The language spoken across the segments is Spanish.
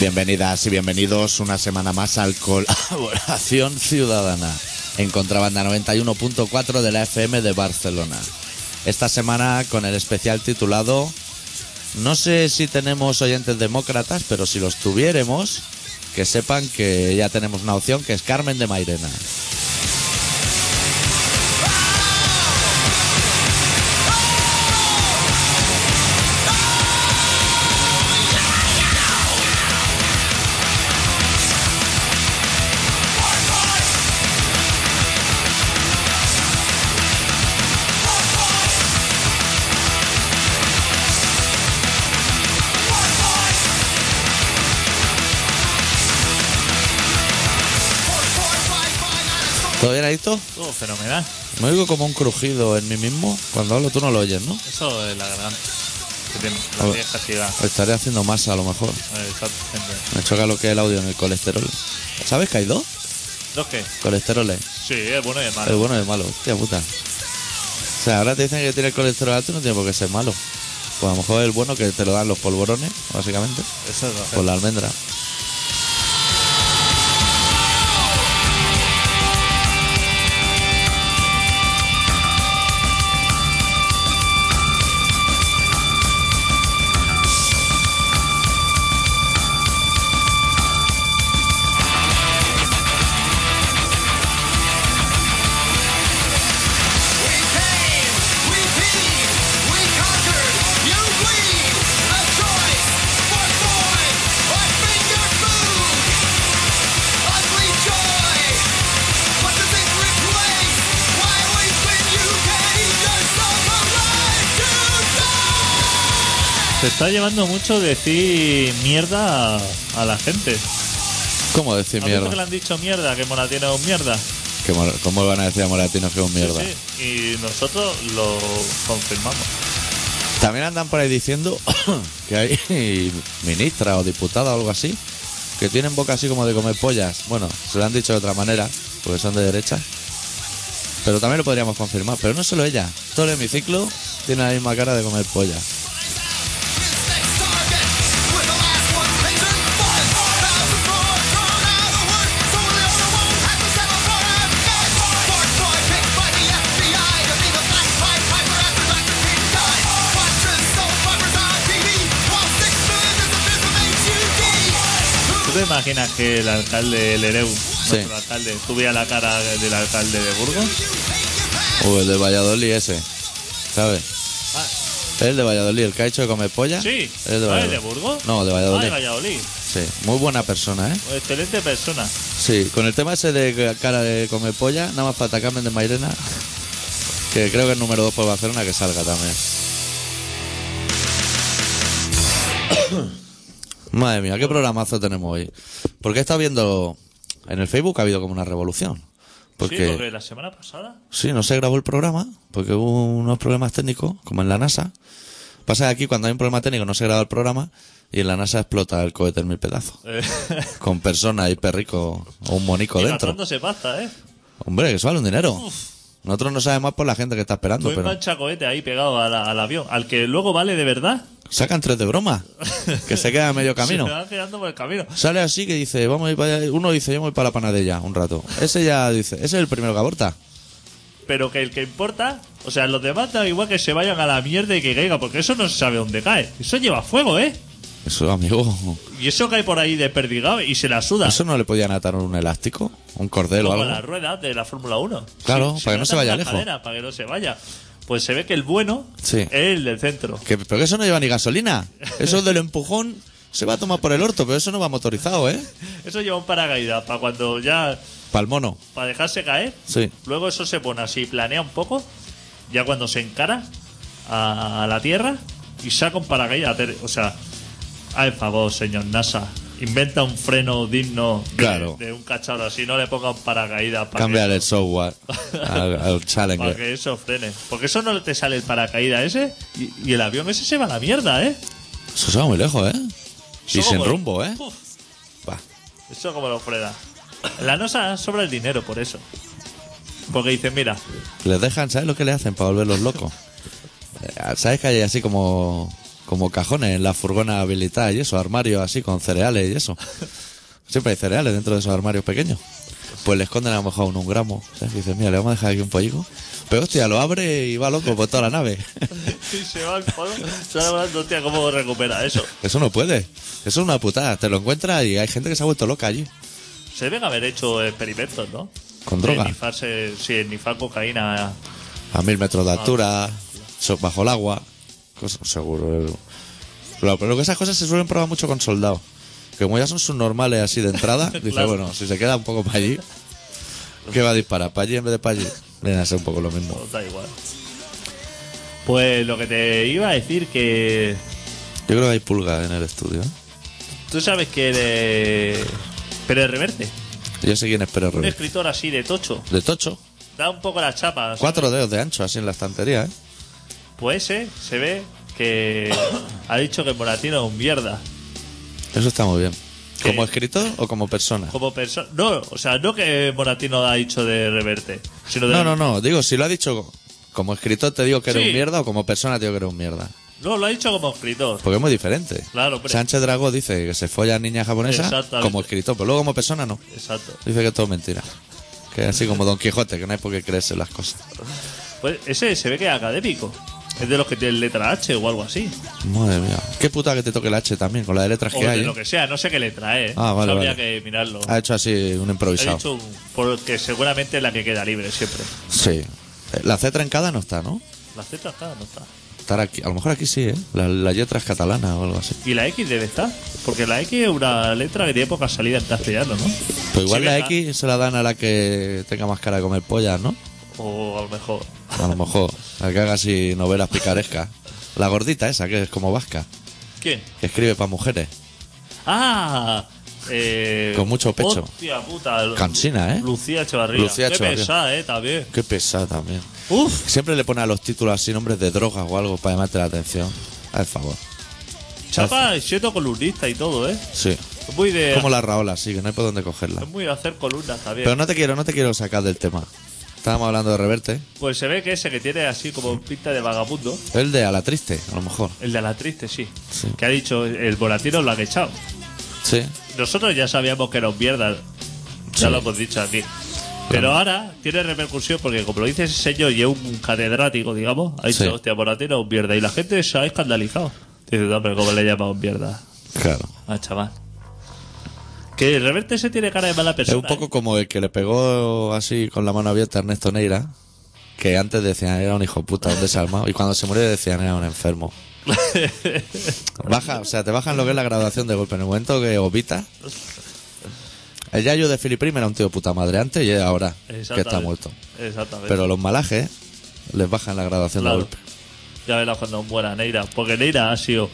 Bienvenidas y bienvenidos una semana más al Colaboración Ciudadana en Contrabanda 91.4 de la FM de Barcelona. Esta semana con el especial titulado No sé si tenemos oyentes demócratas, pero si los tuviéramos, que sepan que ya tenemos una opción que es Carmen de Mairena. ¿Todo bien, Adicto? Todo fenomenal. Me oigo como un crujido en mí mismo. Cuando hablo tú no lo oyes, ¿no? Eso es la garganta. Que tiene A la ver. vieja ciudad. Estaré haciendo masa a lo mejor. Exactamente. Me choca lo que es el audio en el colesterol. ¿Sabes que hay dos? ¿Dos qué? Colesteroles. Sí, es bueno y es El malo. bueno y el malo. Hostia puta. O sea, ahora te dicen que tienes colesterol alto y no tiene por qué ser malo. Pues a lo mejor el bueno que te lo dan los polvorones, básicamente, Eso es lo con la almendra. We came, we beat, we conquered, you bleed, a choice, what boy, I finger food, ugly joy, what does it replace? Why wait when you gave yourself a right to die? Se está llevando mucho decir mierda a, a la gente. ¿Cómo decir ¿Has visto que le mierda? han dicho mierda? Que Moratino es un mierda. Sí, Que mor- ¿Cómo van a decir a Moratinos que es un mierda? sí. Y nosotros lo confirmamos. También andan por ahí diciendo que hay ministra o diputada o algo así que tienen boca así como de comer pollas. Bueno, se lo han dicho de otra manera, porque son de derecha. Pero también lo podríamos confirmar. Pero no solo ella, todo el hemiciclo tiene la misma cara de comer pollas. His next target, with the last one's patient, five thousand more thrown out of work, so the other one had to settle for a bad Fort Boy picked by the FBI to be the black pipe piper after Dr. Pete died. Watches soap operas on TV, while six million is the fifth of HUD. ¿Tú te imaginas que el alcalde Lereu, nuestro alcalde, tuviera la cara del alcalde de Burgos? O el de Valladolid ese, ¿sabes? Ah, El de Valladolid, el que ha hecho de comer polla. sí. El de ¿No es Valladolid. de Burgos? No, de Ah, de Valladolid. Valladolid. Sí, muy buena persona, ¿eh? Excelente persona. Sí, con el tema ese de cara de comer polla, nada más falta Carmen de Mairena, que creo que es número 2 por Barcelona, que salga también. Madre mía, qué programazo tenemos hoy. Porque he estado viendo en el Facebook ha habido como una revolución. Sí, porque la semana pasada Sí, no se grabó el programa porque hubo unos problemas técnicos, como en la NASA. Pasa que aquí cuando hay un problema técnico no se graba el programa y en la NASA explota el cohete en mil pedazos. Eh, Con personas y perrico o un monico y dentro. gastándose pasta, ¿eh? Hombre, que eso vale un dinero. Nosotros no sabemos por la gente que está esperando, Muy pero mancha cohete ahí pegado a la- al avión, al que luego vale de verdad. sacan tres de broma, que se queda a medio camino. Se te va tirando por el camino. Sale así que dice, vamos a ir para allá. Uno dice, yo me voy para la panadella un rato. Ese ya dice, ese es el primero que aborta. Pero que el que importa, o sea, los demás da igual que se vayan a la mierda y que caiga, porque eso no se sabe dónde cae. Eso lleva fuego, ¿eh? Eso, amigo, Y eso cae por ahí desperdigado y se la suda. eso no le podían atar un elástico, un cordel o como las algo. ruedas de Ah. la Fórmula 1. Claro, para que le no se atan vaya las lejos. cadenas, para que no se vaya. Pues se ve que el bueno Sí. es el del centro. Que, pero que eso no lleva ni gasolina. Eso del empujón se va a tomar por el orto, pero eso no va motorizado, ¿eh? Eso lleva un paracaídas para cuando ya Pa'l mono. para dejarse caer. Sí. Luego eso se pone así, planea un poco, ya cuando se encara a, a la Tierra y saca un paracaídas. Ter- O sea, al favor, señor NASA, inventa un freno digno de, Claro. de un cacharro así, no le ponga un paracaídas para, Cambiar que, el software al, al para Challenger. que eso frene. Porque eso no te sale el paracaídas ese y, y el avión ese se va a la mierda, ¿eh? Eso se va muy lejos, ¿eh? Y Eso sin como- rumbo, ¿eh? Uf, Va. Eso como lo frena. La NASA sobra el dinero por eso. Porque dicen, mira, Les dejan, ¿sabes lo que le hacen para volverlos locos? Eh, ¿Sabes que hay así como, como cajones en la furgona habilitada y eso, armarios así con cereales y eso. Siempre hay cereales dentro de esos armarios pequeños. Pues le esconden a lo mejor un, un gramo. ¿sabes? Y dice, mira, le vamos a dejar aquí un pollico. Pero hostia, lo abre y va loco por toda la nave. Y se va al polo. Se va hablando, hostia, ¿cómo recupera eso? Eso no puede. Eso es una putada. Te lo encuentras y hay gente que se ha vuelto loca allí. Se deben haber hecho experimentos, ¿no? Con De droga. Nifarse, sí, nifar cocaína. A mil metros de altura, so- bajo el agua. Cosas, seguro. eh. Pero, pero que esas cosas se suelen probar mucho con soldados. Que como ya son sus normales así de entrada, dice, Claro. bueno, si se queda un poco para allí, ¿qué va a disparar? ¿Para allí en vez de para allí? Viene a ser un poco lo mismo. Pues da igual. Pues lo que te iba a decir que. Yo creo que hay pulgas en el estudio. ¿eh? Tú sabes que eres. Pero reverte. Yo sé quién es Pérez Un Rubio. escritor así de tocho. De tocho. Da un poco la chapa. o sea, Cuatro dedos de ancho así en la estantería, ¿eh? Pues ese se ve que ha dicho que Moratino es un mierda. Eso está muy bien. ¿Qué? ¿Como escritor o como persona? Como persona. No, o sea, no que Moratino ha dicho de reverte. Sino de... No, no, no. Digo, si lo ha dicho como escritor te digo que eres Sí. un mierda o como persona te digo que eres un mierda. No, lo ha dicho como escritor. Porque es muy diferente. Claro, hombre. Sánchez Dragó dice que se folla a niña japonesa Exactamente. como escritor, pero luego como persona no. Exacto. Dice que todo es mentira. Que es así como Don Quijote, que no hay por qué creerse las cosas. Pues ese se ve que es académico. Es de los que tienen letra H o algo así. Madre mía. Qué puta que te toque la H también, con la de letras O que de hay. lo ¿eh? que sea, no sé qué letra es. Ah, vale, Habría vale. que mirarlo. Ha hecho así un He improvisado. dicho un- porque seguramente es la que queda libre siempre. Sí. Eh, La C trancada no está, ¿no? La Z está, no está. Estará aquí. A lo mejor aquí sí, ¿eh? La, la letra es catalana o algo así. Y la X debe estar. Porque la X es una letra que tiene poca salida en castellano, ¿no? Pues igual Sí, la ¿verdad? X se la dan a la que tenga más cara de comer pollas, ¿no? O a lo mejor. A lo mejor. La que haga así novelas picarescas. La gordita esa, que es como vasca, ¿Quién? que escribe para mujeres. ¡Ah! Eh, Con mucho pecho. Hostia puta. Lu- Cansina, ¿eh? Lucía Echevarría. Lucía Qué Echevarría. pesada, ¿eh? También. Qué pesada también. Uf. Siempre le pone a los títulos así nombres de drogas o algo para llamarte la atención. Al favor. Chapa siendo columnista y todo, ¿eh? Sí. Es muy de. Como la Raola, sí, que no hay por dónde cogerla. Es muy de hacer columnas también. Pero no te quiero, no te quiero sacar del tema. Estábamos hablando de Reverte. Pues se ve que ese que tiene así como pinta de vagabundo. El de A la Triste, a lo mejor. El de la triste, sí. Sí. Que ha dicho, el volatino lo han echado. Sí. Nosotros ya sabíamos que nos mierda. Ya Sí. lo hemos dicho aquí. Pero ahora tiene repercusión porque, como lo dice ese señor y es un catedrático, digamos, ha dicho, Sí. hostia, volatino es un mierda. Y la gente se ha escandalizado. Dice, no, pero ¿cómo le llamamos mierda Claro. al chaval? Que el reverte se tiene cara de mala Es persona. un poco ¿eh? como el que le pegó así con la mano abierta a Ernesto Neira, que antes decían era un hijo puta, un desarmado, y cuando se murió decían era un enfermo. Baja, o sea, te bajan lo que es la graduación de golpe. En el momento que obita. El Yayo de Filiprim era un tío puta madre antes y ahora, que está ¿eh? Exactamente. muerto. Exactamente. Pero los malajes les bajan la graduación Claro. de golpe. Ya verás cuando muera Neira. Porque Neira ha sido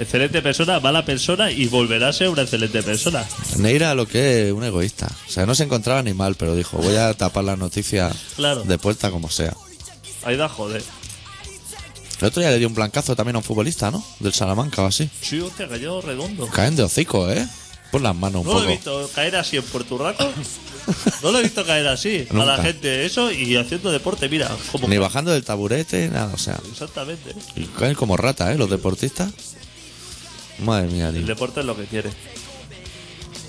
excelente persona, mala persona y volverá a ser una excelente persona. Neira lo que es un egoísta. O sea, no se encontraba ni mal, pero dijo, voy a tapar la noticia Claro. de puerta como sea. Ahí da joder. El otro día le dio un blancazo también a un futbolista, ¿no? Del Salamanca o así. Sí, hostia, cayó redondo. Caen de hocico, ¿eh? Pon las manos un No lo poco. he visto caer así en Puerto Rico. No lo he visto caer así. A la Nunca. gente eso y haciendo deporte, mira, como Ni bajando del taburete, nada, o sea. exactamente. y Caen como rata, ¿eh? Los deportistas. Madre mía, El tío. deporte es lo que quiere.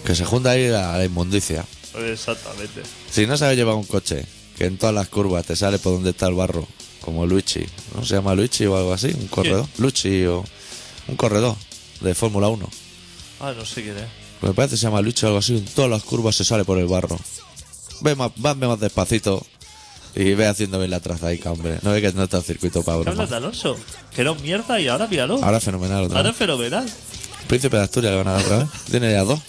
Que se junta ahí a la inmundicia. Exactamente. Si no sabes llevar un coche, que en todas las curvas te sale por donde está el barro, como Luigi, ¿no? Se llama Luigi o algo así, un corredor. Luchi o un corredor de Fórmula 1. Ah, no sé quién es. Me parece que se llama Lucho o algo así. En todas las curvas se sale por el barro. Ve más, va más despacito y ve haciendo bien la trazaica, hombre. No ve que no está el circuito para ¿Qué hablas de broma. Alonso? Que era un mierda y ahora míralo. Ahora fenomenal otra Ahora vez. es fenomenal. Príncipe de Asturias le van a dar otra vez. Tiene ya dos.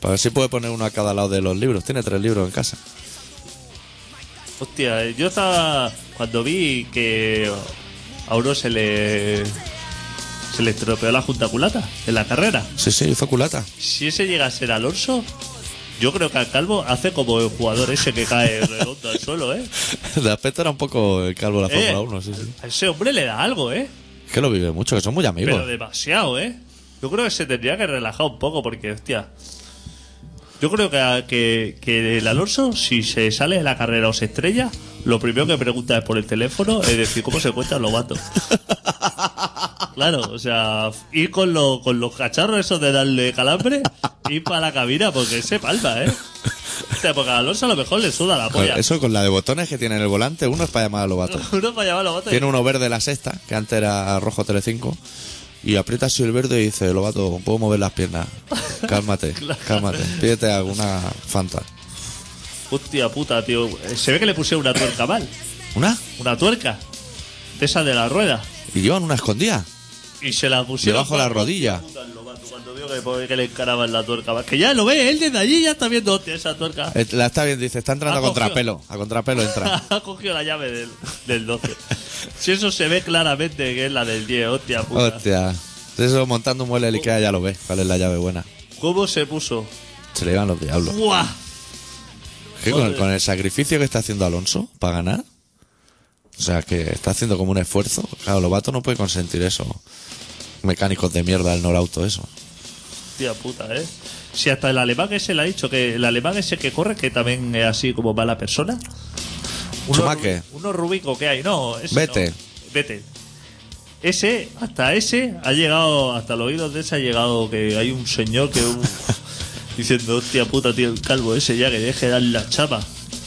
Para ver si puede poner uno a cada lado de los libros. Tiene tres libros en casa. Hostia, eh, yo estaba. Cuando vi que a uno se le. Se le estropeó la junta culata en la carrera. Sí, sí, hizo culata. Si ese llega a ser Alonso, yo creo que al calvo hace como el jugador ese que cae redondo al suelo, ¿eh? De aspecto era un poco el calvo de la Eh, Fórmula 1, sí, sí. A ese hombre le da algo, ¿eh? Es que lo vive mucho, que son muy amigos. Pero demasiado, ¿eh? Yo creo que se tendría que relajar un poco porque, hostia. Yo creo que, que, que el Alonso, si se sale de la carrera o se estrella, Lo primero que pregunta es por el teléfono, es decir, ¿cómo se cuentan los gatos? Claro, o sea, ir con, lo- con los cacharros esos de darle calambre, ir para la cabina, porque se palma, ¿eh? O sea, porque a Alonso a lo mejor le suda la polla. Eso con la de botones que tiene en el volante, uno es para llamar a los vatos. Uno para llevar los gatos. Tiene uno verde la sexta, que antes era rojo Telecinco. Y aprieta así el verde y dice, Lobato, puedo mover las piernas. Cálmate, cálmate. Pídete alguna fanta. Hostia puta, tío. Se ve que le pusieron una tuerca mal. ¿Una? Una tuerca. De esa de la rueda. Y llevan una escondida. Y se la pusieron. Debajo de la cuando- rodilla. Puta, el Lobato, Cuando vio que, que le encaraban la tuerca mal. Que ya lo ve, él desde allí ya está viendo, hostia, esa tuerca. Eh, La está bien, dice, está entrando Ha a cogido. contrapelo. A contrapelo entra. ha cogido la llave del, del 12. si eso se ve claramente que es la del 10, hostia puta. Hostia. Eso montando un mueble de Ikea ya lo ves, cuál es la llave buena. ¿Cómo se puso? Se le llevan los diablos. ¡Buah! Que con, Joder. con el sacrificio que está haciendo Alonso para ganar, o sea, que está haciendo como un esfuerzo, claro, Lobato no puede consentir eso. Mecánicos de mierda del Norauto, eso. Hostia puta, eh. Si hasta el alemán ese le ha dicho que el alemán ese que corre, que también es así como mala persona. Uno Schumacher. rubi- Uno rubico que hay, no. Ese Vettel. no. Vettel. Ese, hasta ese, ha llegado, hasta los oídos de ese ha llegado que hay un señor que. un- diciendo, hostia puta, tío, el calvo ese ya que deje de dar la chapa.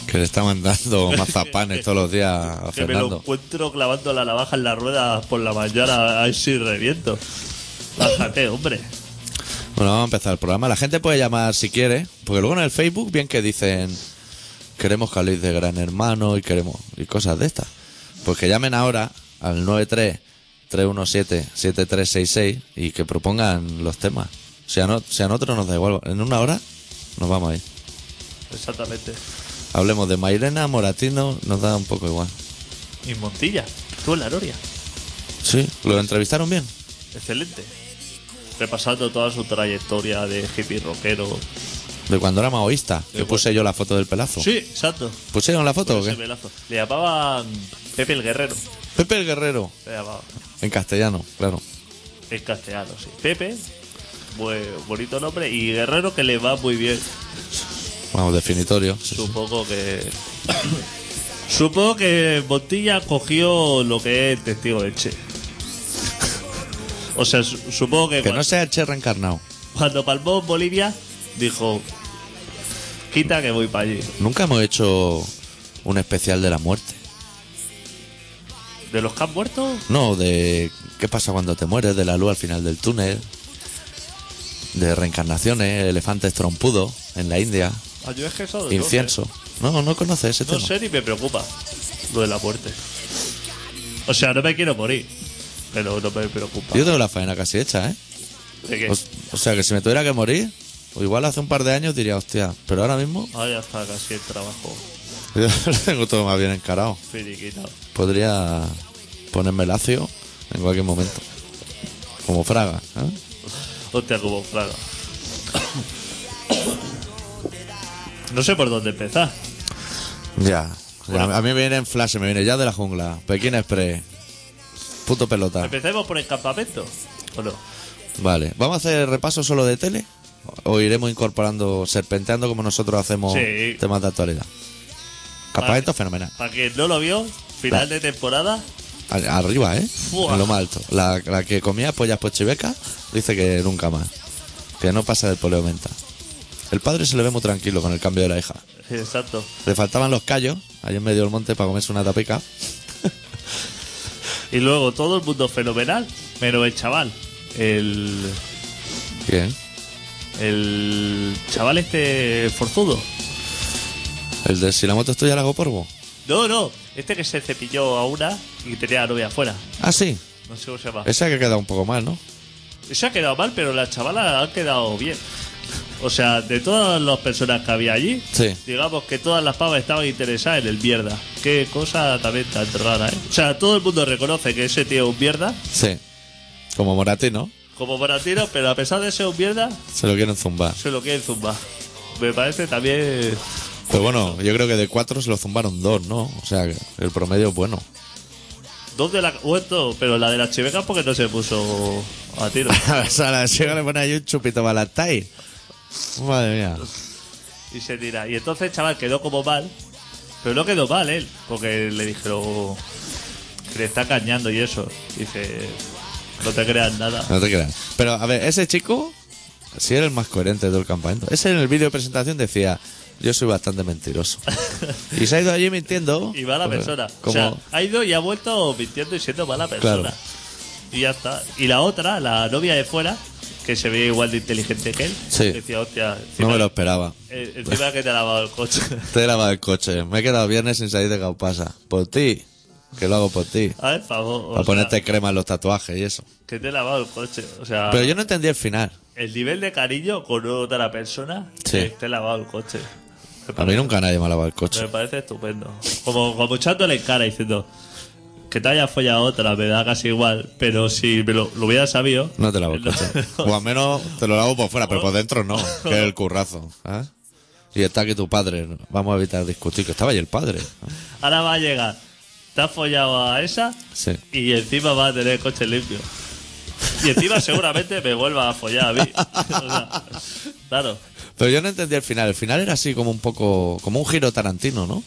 Que le está mandando mazapanes todos los días a Que me lo Fernando. encuentro clavando la navaja en las ruedas por la mañana, a ver si reviento. Bájate, hombre. Bueno, vamos a empezar el programa. La gente puede llamar si quiere, porque luego en el Facebook, bien que dicen, queremos que habléis de Gran Hermano y queremos y cosas de estas. Pues que llamen ahora al 93-317-7366 y que propongan los temas. Si a, no, si a nosotros nos da igual, en una hora nos vamos ahí. Exactamente. Hablemos de Mairena, Moratino, nos da un poco igual. Y Montilla, tú en la noria. Sí, lo entrevistaron bien. Excelente. Repasando toda su trayectoria de hippie rockero. De cuando era maoísta, que puse yo la foto del pelazo. Sí, Pues exacto. ¿Pusieron la foto o Ese qué? velazo. Le llamaban Pepe el Guerrero. Pepe el Guerrero, Le llamaban. en castellano, claro. En castellano, sí. Pepe, buen- bonito nombre. Y Guerrero que le va muy bien. Vamos, definitorio. sí, sí. Supongo que. Supongo que Montilla cogió lo que es testigo de Che. O sea, su- supongo que, Que cua- no sea el Che reencarnado. cuando palmó Bolivia, dijo: Quita que voy para allí. Nunca hemos hecho un especial de la muerte. ¿De los que han muerto? No, de qué pasa cuando te mueres, de la luz al final del túnel, de reencarnaciones, elefantes trompudos en la India, Ah, yo es que eso de todo, incienso. No, no conoces ese ¿eh? No tema. sé ni me preocupa lo de la muerte. O sea, no me quiero morir, pero no me preocupa. Yo tengo la faena casi hecha, ¿eh? ¿De qué? O, o sea, que si me tuviera que morir, o igual hace un par de años diría, hostia, pero ahora mismo Ah, ya está casi el trabajo yo lo tengo todo más bien encarado. finiquitado. Podría ponerme lacio en cualquier momento. Como Fraga, ¿eh? Hostia, como fraga. No sé por dónde empezar. Ya. Ya, a mí me viene en flash, me viene ya de la jungla. Pekín Express. Puto pelota. Empecemos por el campamento. ¿O no? Vale. ¿Vamos a hacer repaso solo de tele? ¿O iremos incorporando, serpenteando como nosotros hacemos Sí. temas de actualidad? Campamento fenomenal. Para quien no lo vio, final de temporada. A- Arriba, ¿eh? Buah. En lo más alto. La, la que comía pollas pochiveca dice que nunca más. Que no pasa del poleo menta. El padre se le ve muy tranquilo con el cambio de la hija. Exacto. Le faltaban los callos, allí en medio del monte, para comerse una tapica. Y luego todo el mundo fenomenal, menos el chaval. El, Bien. el chaval este forzudo. El de si la moto es tuya, la hago polvo. No, no, este que se cepilló a una y tenía la novia afuera. Ah, sí. No sé cómo se llama. Esa que queda un poco mal, ¿no? Se ha quedado mal, pero la chavala ha quedado bien. O sea, de todas las personas que había allí, Sí. digamos que todas las pavas estaban interesadas en el mierda. Qué cosa también tan rara, ¿eh? O sea, todo el mundo reconoce que ese tío es un mierda, Sí. Como Moratino, como Moratino, pero a pesar de ser un mierda, se lo quieren zumbar. se lo quiere zumbar. Me parece también... Pero bueno, yo creo que de cuatro se lo zumbaron dos, ¿no? O sea, que el promedio es bueno. Dos de la... Bueno, pero la de las chivecas porque no se puso a tiro. o sea, la chica le pone ahí un chupito balantay. Madre mía. y se tira. Y entonces el chaval quedó como mal. Pero no quedó mal él, porque le dijeron que le está cañando y eso. Dice, no te creas nada. No te creas. Pero, a ver, ese chico sí era el más coherente de todo el campamento. Ese en el vídeo de presentación decía, yo soy bastante mentiroso. y se ha ido allí mintiendo. Y mala Como- persona. Como, O sea, ha ido y ha vuelto mintiendo y siendo mala persona. Claro. Y ya está. Y la otra, la novia de fuera, que se veía igual de inteligente que él, Sí. decía, hostia, no encima, me lo esperaba. eh, encima que te ha lavado el coche. Te he lavado el coche. Me he quedado viernes sin salir de Gaupasa. Por ti. Que lo hago por ti. A ver, favor. o Para sea, ponerte crema en los tatuajes y eso. Que te ha lavado el coche. O sea, Pero yo no entendí el final. el nivel de cariño con otra persona, Sí. que te ha lavado el coche. Me A mí parece- nunca nadie me ha lavado el coche. Me parece estupendo. Como, como echándole en cara diciendo que te haya follado otra, me da casi igual. Pero si me lo, lo hubiera sabido. No te lavo el coche. O al menos te lo lavo por fuera, pero por dentro no, que es el currazo. ¿eh? Y está aquí tu padre, ¿no? vamos a evitar discutir, que estaba ahí el padre. ¿no? Ahora va a llegar. Te has follado a esa Sí. y encima va a tener el coche limpio. Y encima seguramente me vuelva a follar a mí. O sea, claro. Pero yo no entendí el final, el final era así como un poco, como un giro tarantino, ¿no?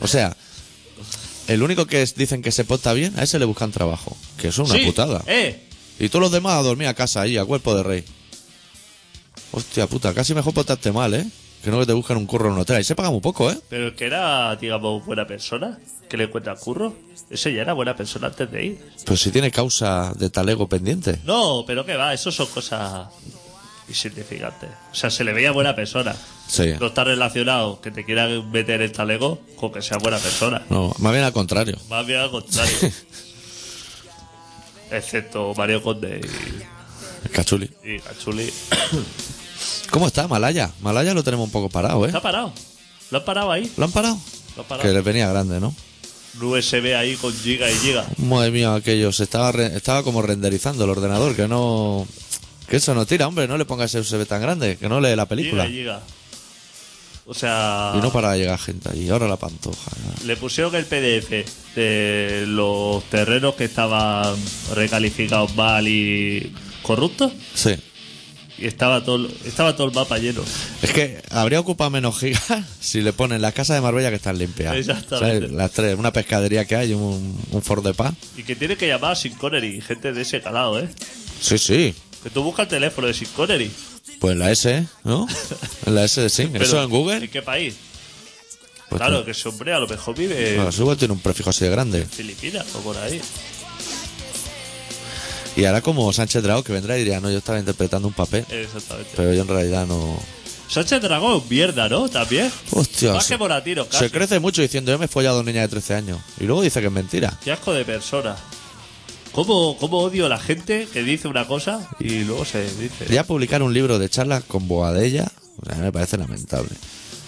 O sea, el único que es- dicen que se porta bien, a ese le buscan trabajo, que es una Sí, putada. Eh, Y todos los demás a dormir a casa ahí, a cuerpo de rey. Hostia puta, casi mejor portarte mal, ¿eh? Que no que te busquen un curro en un hotel. Ahí se paga muy poco, ¿eh? pero el que era, digamos, buena persona, que le encuentra curro. Ese ya era buena persona antes de ir. Pero si tiene causa de talego pendiente. No, pero que va, eso son cosas insignificantes. O sea, se le veía buena persona. Sí. No está relacionado que te quieran meter el talego con que sea buena persona. No, más bien al contrario. Más bien al contrario. Excepto Mario Conde y, Cachuli. y Cachuli. ¿Cómo está Malaya? Malaya lo tenemos un poco parado, ¿eh? Está parado. Lo han parado ahí. ¿Lo han parado? Lo han parado. Que les venía grande, ¿no? Un USB ahí con giga y giga. Madre mía, aquello. Se estaba, re- estaba como renderizando el ordenador, que no... Que eso no tira, hombre. No le pongas ese USB tan grande, que no lee la película. Giga y giga. O sea, Y no para de llegar gente allí. Ahora la pantoja. le pusieron el PDF de los terrenos que estaban recalificados mal y corruptos. Sí. Y estaba todo, estaba todo el mapa lleno. Es que habría ocupado menos gigas si le ponen las casas de Marbella que están limpias. Exactamente. ¿Sabes? Las tres. Una pescadería que hay, un, un Ford de paz. Y que tiene que llamar a Sin Connery, gente de ese calado, ¿eh? Sí, sí. Que tú buscas el teléfono de Sin Connery. Pues la S, ¿no? La S de Sing. Pero, ¿Eso en Google? ¿En qué país? Pues claro, eh. que ese hombre a lo mejor vive Bueno, seguro tiene un prefijo así de grande. en Filipinas o por ahí. Y ahora como Sánchez Dragó que vendrá y dirá, no, yo estaba interpretando un papel, Exactamente. pero yo en realidad no... Sánchez Dragón, mierda, ¿no? También. Hostia, Más se, que Moratino, casi. se crece mucho diciendo, yo me he follado a una niña de 13 años. Y luego dice que es mentira. Qué asco de persona. ¿Cómo, ¿Cómo odio a la gente que dice una cosa y luego se dice? Ya publicar un libro de charlas con Boadella, o sea, me parece lamentable.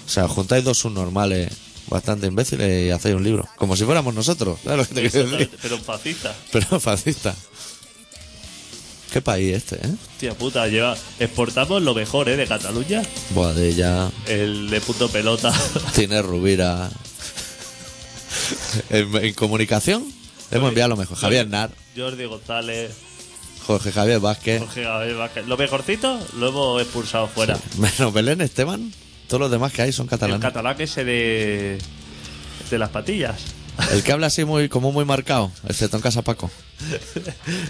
O sea, juntáis dos subnormales bastante imbéciles y hacéis un libro. Como si fuéramos nosotros, ¿sabes lo que te quiero decir? Exactamente, Pero un fascista. Pero fascista. Qué país este, ¿eh? Hostia puta, lleva. Exportamos lo mejor, ¿eh? De Cataluña. Boadella, El de punto pelota. Tiner Rubira. en, en comunicación hemos enviado lo mejor. Javier Nar, Jordi González. Jorge Javier Vázquez, Jorge Gabriel Vázquez. Lo mejorcito lo hemos expulsado fuera. menos Belén Esteban. Todos los demás que hay son El catalanes. catalán ese de. de las patillas. El que habla así muy, como muy marcado, excepto en Casa Paco.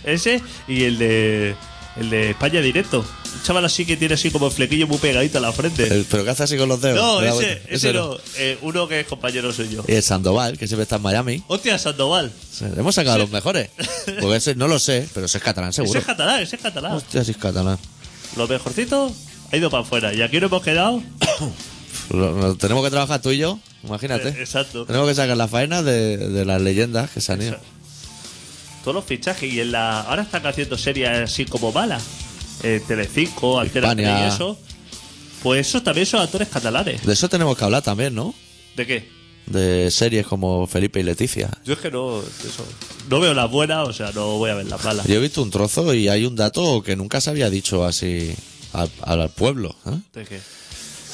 Ese y el de. el de España directo. Un chaval así que tiene así como el flequillo muy pegadito a la frente. El- pero que hace así con los dedos. No, Le da ese, vuelta. ese no. Eh, uno que es compañero suyo. Y el Sandoval, que siempre está en Miami. Hostia, Sandoval. Sí, Hemos sacado a los mejores. Porque ese no lo sé, pero ese es catalán Ese seguro. es catalán, ese es catalán. Hostia, sí es catalán. Lo mejorcito ha ido para afuera. Y aquí nos hemos quedado. Lo- lo tenemos que trabajar tú y yo, imagínate. Eh, exacto. Tenemos que sacar las faenas de, de las leyendas que se han ido. Todos los fichajes y en la ahora están haciendo series así como malas. Eh, Telecinco, Antena Hispania. 3 y eso. Pues esos también son actores catalanes. De eso tenemos que hablar también, ¿no? ¿De qué? De series como Felipe y Leticia. Yo es que no, eso, no veo las buenas, o sea, no voy a ver las malas. Yo he visto un trozo y hay un dato que nunca se había dicho así al, al pueblo. ¿eh? ¿De qué?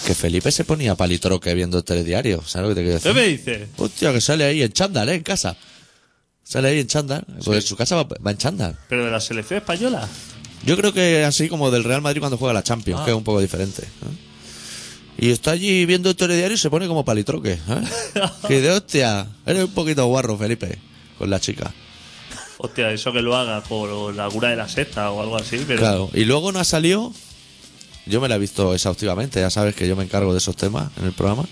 Que Felipe se ponía palitroque viendo el telediario. ¿Sabes lo que te quiero ¿Qué decir? me dices? Hostia, que sale ahí en chándal, ¿eh? En casa. Sale ahí en chándal. Porque su casa va, va en chándal. ¿Pero de la selección española? Yo creo que así como del Real Madrid cuando juega la Champions, que es un poco diferente. ¿eh? Y está allí viendo el telediario y se pone como palitroque. ¿eh? Que de hostia, eres un poquito guarro, Felipe, con la chica. Hostia, eso que lo haga por la cura de la sexta o algo así, pero Claro. Y luego no ha salido. Yo me la he visto exhaustivamente, ya sabes que yo me encargo de esos temas en el programa.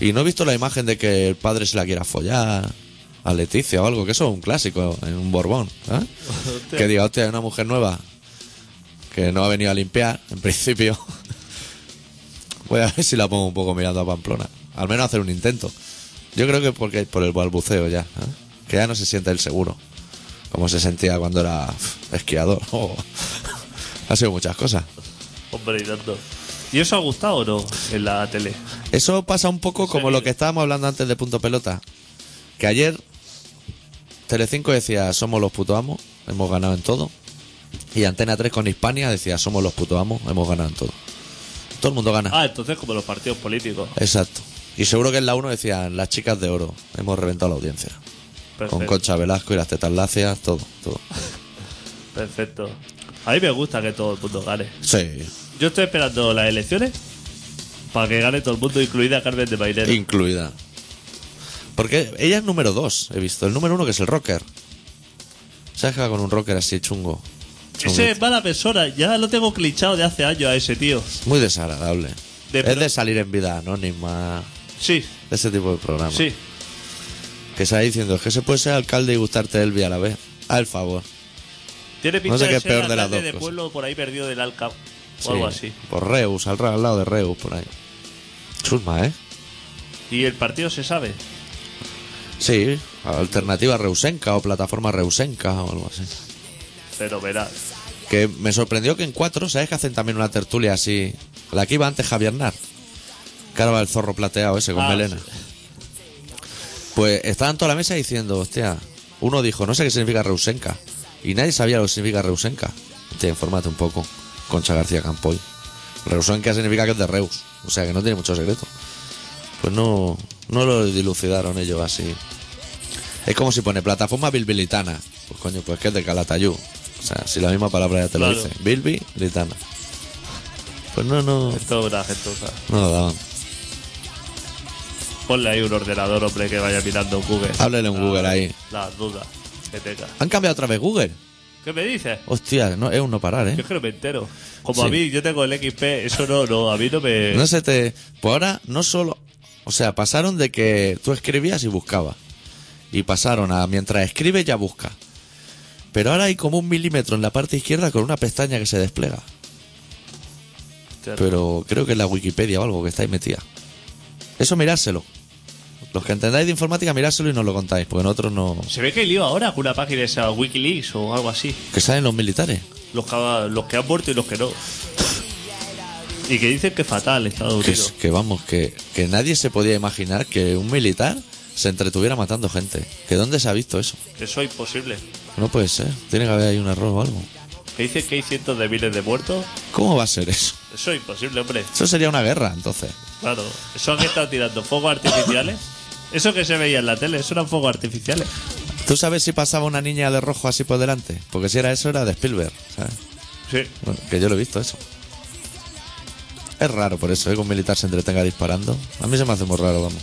Y no he visto la imagen de que el padre se la quiera follar a Leticia o algo, que eso es un clásico en un Borbón. ¿eh? Hostia. que diga, hostia, hay una mujer nueva que no ha venido a limpiar, en principio. Voy a ver si la pongo un poco mirando a Pamplona. Al menos hacer un intento. Yo creo que porque por el balbuceo ya. ¿eh? Que ya no se siente el seguro. Como se sentía cuando era pf, esquiador. o- Ha sido muchas cosas. hombre y tanto. ¿Y eso ha gustado o no en la tele? Eso pasa un poco como lo que estábamos hablando antes de Punto Pelota. Que ayer Telecinco decía, somos los puto amos, hemos ganado en todo. Y Antena 3 con Hispania decía, somos los puto amos, hemos ganado en todo. Todo el mundo gana. Ah, entonces como los partidos políticos. Exacto. Y seguro que en la 1 decían, las chicas de oro, hemos reventado la audiencia. Con Perfecto. Concha Velasco y las tetas lacias, todo, todo. perfecto. A mí me gusta que todo el mundo gane. Sí, Yo estoy esperando las elecciones para que gane todo el mundo, incluida Carmen de Mairena. incluida. Porque ella es número 2, he visto. El número 1 que es el rocker. Se deja con un rocker así chungo. Ese es mala persona, ya lo tengo clichado de hace años a ese tío. Muy desagradable. De- es de salir en vida anónima, Sí, de ese tipo de programas. sí. Que se va diciendo, es que se puede ser alcalde y gustarte él a la vez. Al favor. Tiene pinta sé qué de es ser peor de las alcalde dos de cosas. pueblo por ahí perdido del Alcab o Sí, algo así. Por Reus, al, ra- al lado de Reus, por ahí. Chusma, ¿eh? Y el partido se sabe. Sí, alternativa Reusenca o plataforma Reusenca o algo así. Pero verás. Que me sorprendió que en cuatro, ¿sabes que hacen también una tertulia así? La que iba antes Javier Nar. Que ahora va el zorro plateado ese con Ah, melena. Pues estaban toda la mesa diciendo, hostia, uno dijo, no sé qué significa Reusenca. Y nadie sabía lo que significa Reusenca. Te informate un poco, Concha García Campoy. Reusenca significa que es de Reus. O sea que no tiene mucho secreto. Pues no, no lo dilucidaron ellos así. Es como si pone plataforma bilbilitana. Pues coño, pues que es de Calatayú. O sea, si la misma palabra ya te lo Claro. dice. Bilbilitana. Pues no, no, Esto es una gentuza. no lo daban. Ponle ahí un ordenador, hombre, que vaya mirando Google. Háblele en Ah, Google ahí. Las dudas que tenga. Han cambiado otra vez Google. ¿Qué me dices? Hostia, no, es un no parar, ¿eh? Yo es que no me entero. Como Sí. a mí, yo tengo el XP, eso no, no, a mí no me. No se te. Pues ahora no solo. O sea, pasaron de que tú escribías y buscabas. Y pasaron a mientras escribes ya busca. Pero ahora hay como un milímetro en la parte izquierda con una pestaña que se despliega. Pero creo que es la Wikipedia o algo que estáis metida. Eso mirárselo. Los que entendáis de informática, mirárselo y nos lo contáis, porque nosotros no. Se ve que hay lío ahora con una página esa Wikileaks o algo así. Que salen los militares. Los que, ha- los que han muerto y los que no. Y que dicen que fatal Estados Que, Unidos. es- que vamos, que, que nadie se podía imaginar que un militar se entretuviera matando gente. ¿Que dónde se ha visto eso? Eso es imposible. No puede ser. Tiene que haber ahí un error o algo. Que dicen que hay cientos de miles de muertos. ¿Cómo va a ser eso? Eso es imposible, hombre. Eso sería una guerra, entonces. Claro. Eso que están tirando fuegos artificiales. Eso que se veía en la tele, eso eran fuegos artificiales. ¿Tú sabes si pasaba una niña de rojo así por delante? Porque si era eso, era de Spielberg, ¿sabes? Sí. Bueno, que yo lo he visto eso. Es raro por eso, ¿eh? que un militar se entretenga disparando. A mí se me hace muy raro, vamos.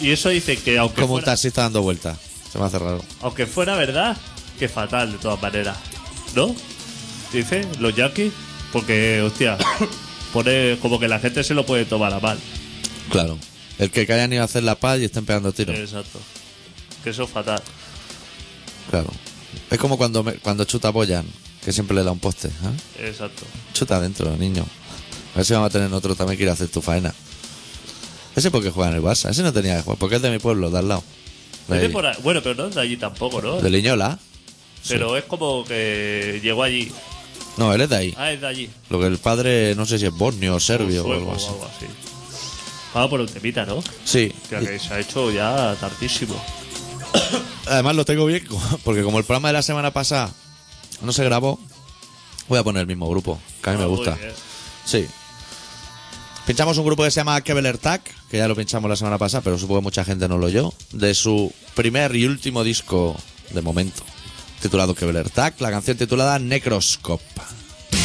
Y eso dice que aunque Como un fuera, taxista dando vueltas. Se me hace raro. aunque fuera verdad, que fatal de todas maneras. ¿No? Dice los yankees. Porque, hostia, pone como que la gente se lo puede tomar a mal. Claro. El que hayan ido a hacer la paz y estén pegando tiros. Exacto. Que eso es fatal. Claro. Es como cuando, me- cuando chuta Boyan, que siempre le da un poste. ¿eh? Exacto. Chuta adentro, niño. A ver si vamos a tener otro también que ir a hacer tu faena. Ese porque juega en el Barça. Ese no tenía que jugar, porque es de mi pueblo, de al lado. De Es de ahí. por ahí- Bueno, pero no es de allí tampoco, ¿no? De Liñola. Pero es como que llegó allí. No, él es de ahí. Ah, es de allí. Lo que el padre, no sé si es bosnio o serbio o sueco algo así. o algo así. Jugaba por un temita, ¿no? Sí. Hostia, que se ha hecho ya tardísimo. Además lo tengo bien, porque como el programa de la semana pasada no se grabó, voy a poner el mismo grupo, que a mí me Ah, muy gusta. bien. Sí. Pinchamos un grupo que se llama Keveler Tack, que ya lo pinchamos la semana pasada, pero supongo que mucha gente no lo oyó, de su primer y último disco de momento, titulado Keveler Tack, la canción titulada Necroscope. Thank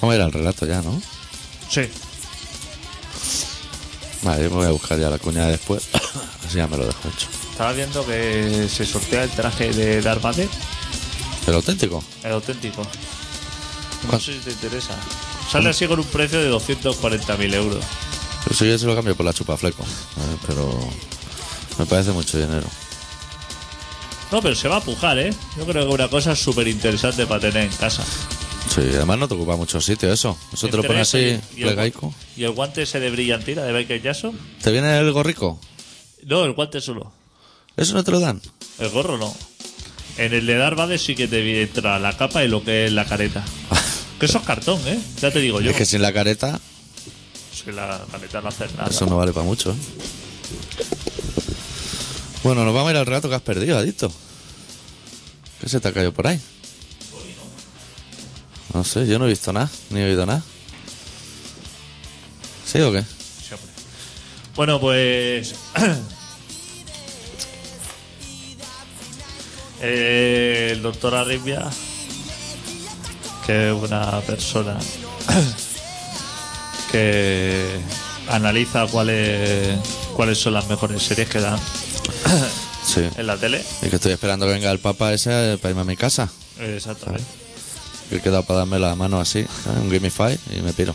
Vamos a ir al relato ya, ¿no? Sí. Vale, yo me voy a buscar ya la cuña de después. Así ya me lo dejo hecho. Estaba viendo que se sortea el traje de Darth Vader, Pero auténtico. el auténtico. No ¿Cuál? sé si te interesa. Sale así con un precio de 240.000 euros. Pero si yo se lo cambio por la chupafleco. ¿eh? Pero me parece mucho dinero. No, pero se va a pujar, ¿eh? Yo creo que una cosa súper interesante para tener en casa. Sí, además no te ocupa mucho sitio eso. Eso te lo Entre pones eso así, y, y el, plegaico. gu- y el guante ese de brillantina de Michael Jackson. ¿Te viene el gorrico? No, el guante solo. ¿Eso no te lo dan? El gorro no. En el de Darth Vader sí que te entra la capa y lo que es la careta. Que eso es cartón, ¿eh? Ya te digo yo. Es que sin la careta, Si la careta no hace nada. eso no vale para mucho. ¿eh? Bueno, nos vamos a ir al rato que has perdido, adicto. ¿Qué se te ha caído por ahí? No sé, yo no he visto nada, ni he oído nada. ¿Sí o qué? Sí, hombre. pues. Bueno, pues. eh, el doctor Arribia, que es una persona que analiza cuáles cuáles son las mejores series que dan Sí. en la tele. Es que estoy esperando que venga el papa ese eh, para irme a mi casa. Exactamente. Que he quedado para darme la mano así, ¿eh? un gamify y me piro.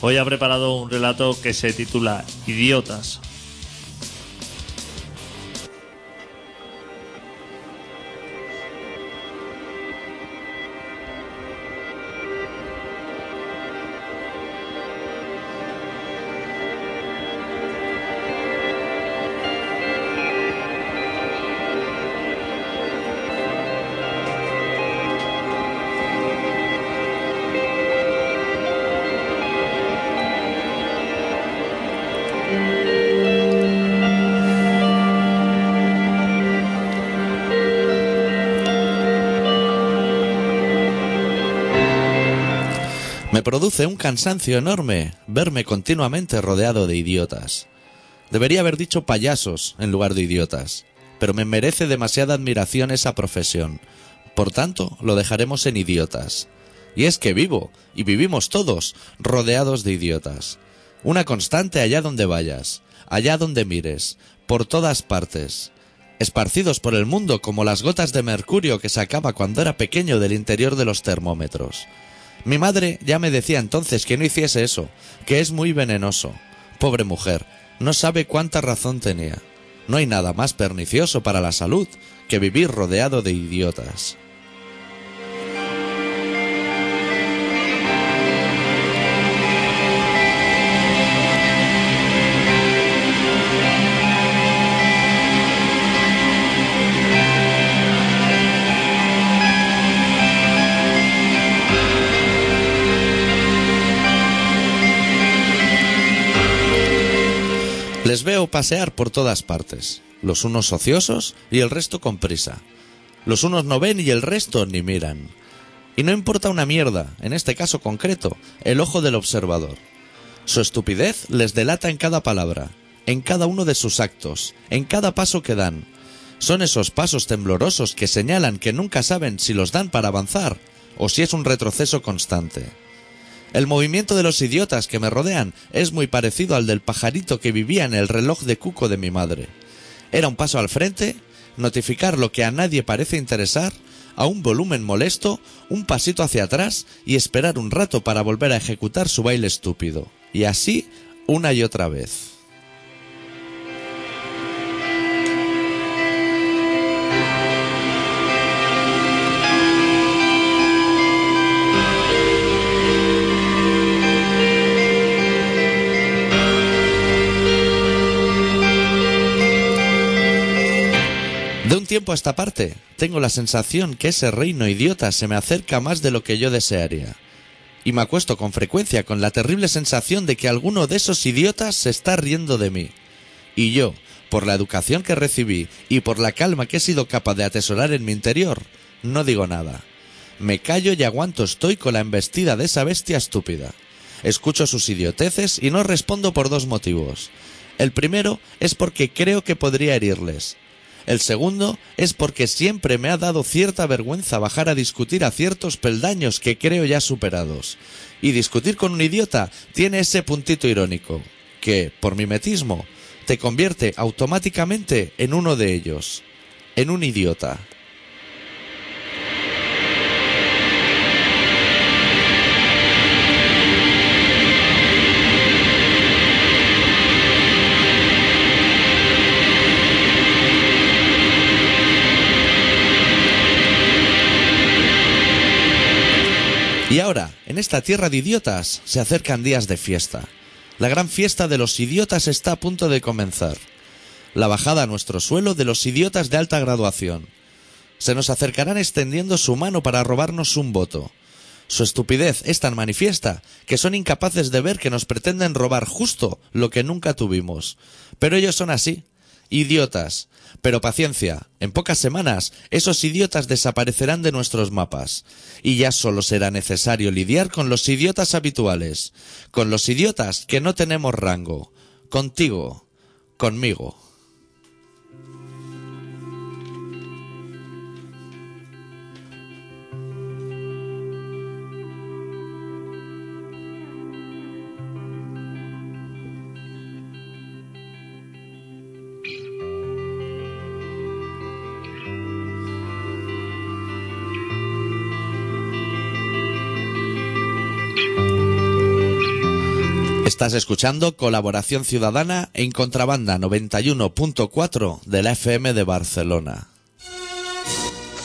Hoy ha preparado un relato que se titula Idiotas. Me produce un cansancio enorme verme continuamente rodeado de idiotas. Debería haber dicho payasos en lugar de idiotas, pero me merece demasiada admiración esa profesión. Por tanto, lo dejaremos en idiotas. Y es que vivo, y vivimos todos, rodeados de idiotas. Una constante allá donde vayas, allá donde mires, por todas partes. Esparcidos por el mundo como las gotas de mercurio que sacaba cuando era pequeño del interior de los termómetros. Mi madre ya me decía entonces que no hiciese eso, que es muy venenoso. Pobre mujer, no sabe cuánta razón tenía. No hay nada más pernicioso para la salud que vivir rodeado de idiotas. Les veo pasear por todas partes, los unos ociosos y el resto con prisa. Los unos no ven y el resto ni miran. Y no importa una mierda, en este caso concreto, el ojo del observador. Su estupidez les delata en cada palabra, en cada uno de sus actos, en cada paso que dan. Son esos pasos temblorosos que señalan que nunca saben si los dan para avanzar o si es un retroceso constante. El movimiento de los idiotas que me rodean es muy parecido al del pajarito que vivía en el reloj de cuco de mi madre. Era un paso al frente, notificar lo que a nadie parece interesar, a un volumen molesto, un pasito hacia atrás y esperar un rato para volver a ejecutar su baile estúpido. Y así, una y otra vez. De un tiempo a esta parte, tengo la sensación que ese reino idiota se me acerca más de lo que yo desearía. Y me acuesto con frecuencia con la terrible sensación de que alguno de esos idiotas se está riendo de mí. Y yo, por la educación que recibí y por la calma que he sido capaz de atesorar en mi interior, no digo nada. Me callo y aguanto estoy con la embestida de esa bestia estúpida. Escucho sus idioteces y no respondo por dos motivos. El primero es porque creo que podría herirles. El segundo es porque siempre me ha dado cierta vergüenza bajar a discutir a ciertos peldaños que creo ya superados. Y discutir con un idiota tiene ese puntito irónico, que, por mimetismo, te convierte automáticamente en uno de ellos, en un idiota. Y ahora, en esta tierra de idiotas, se acercan días de fiesta. La gran fiesta de los idiotas está a punto de comenzar. La bajada a nuestro suelo de los idiotas de alta graduación. Se nos acercarán extendiendo su mano para robarnos un voto. Su estupidez es tan manifiesta que son incapaces de ver que nos pretenden robar justo lo que nunca tuvimos. Pero ellos son así, idiotas. Pero paciencia, en pocas semanas esos idiotas desaparecerán de nuestros mapas. Y ya solo será necesario lidiar con los idiotas habituales, con los idiotas que no tenemos rango, contigo, conmigo. Estás escuchando Colaboración Ciudadana en Contrabanda 91.4 de la FM de Barcelona.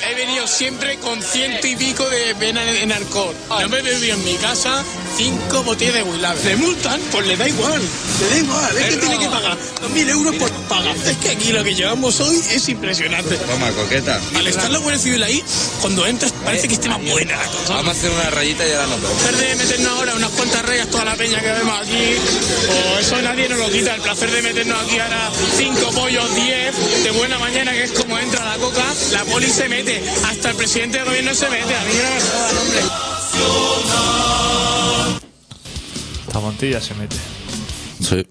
He venido siempre con ciento y pico de vena en alcohol. Yo me he bebido en mi casa cinco botellas de Willave. Le multan, pues le da igual. Le da igual. Es que tiene que pagar dos mil euros por paga. Es que aquí lo que llevamos hoy es impresionante. Toma, coqueta. Al estar la Guardia Civil ahí, cuando entras parece que esté más buena la cosa. Vamos a hacer una rayita y ahora nos vemos. placer de meternos ahora unas cuantas rayas toda la peña que vemos aquí, o eso nadie nos lo quita, el placer de meternos aquí ahora cinco pollos, diez, de buena mañana que es como entra la coca, la poli se mete, hasta el presidente del gobierno se mete, a mí no me jodan, hombre. Esta montilla se mete. Sí,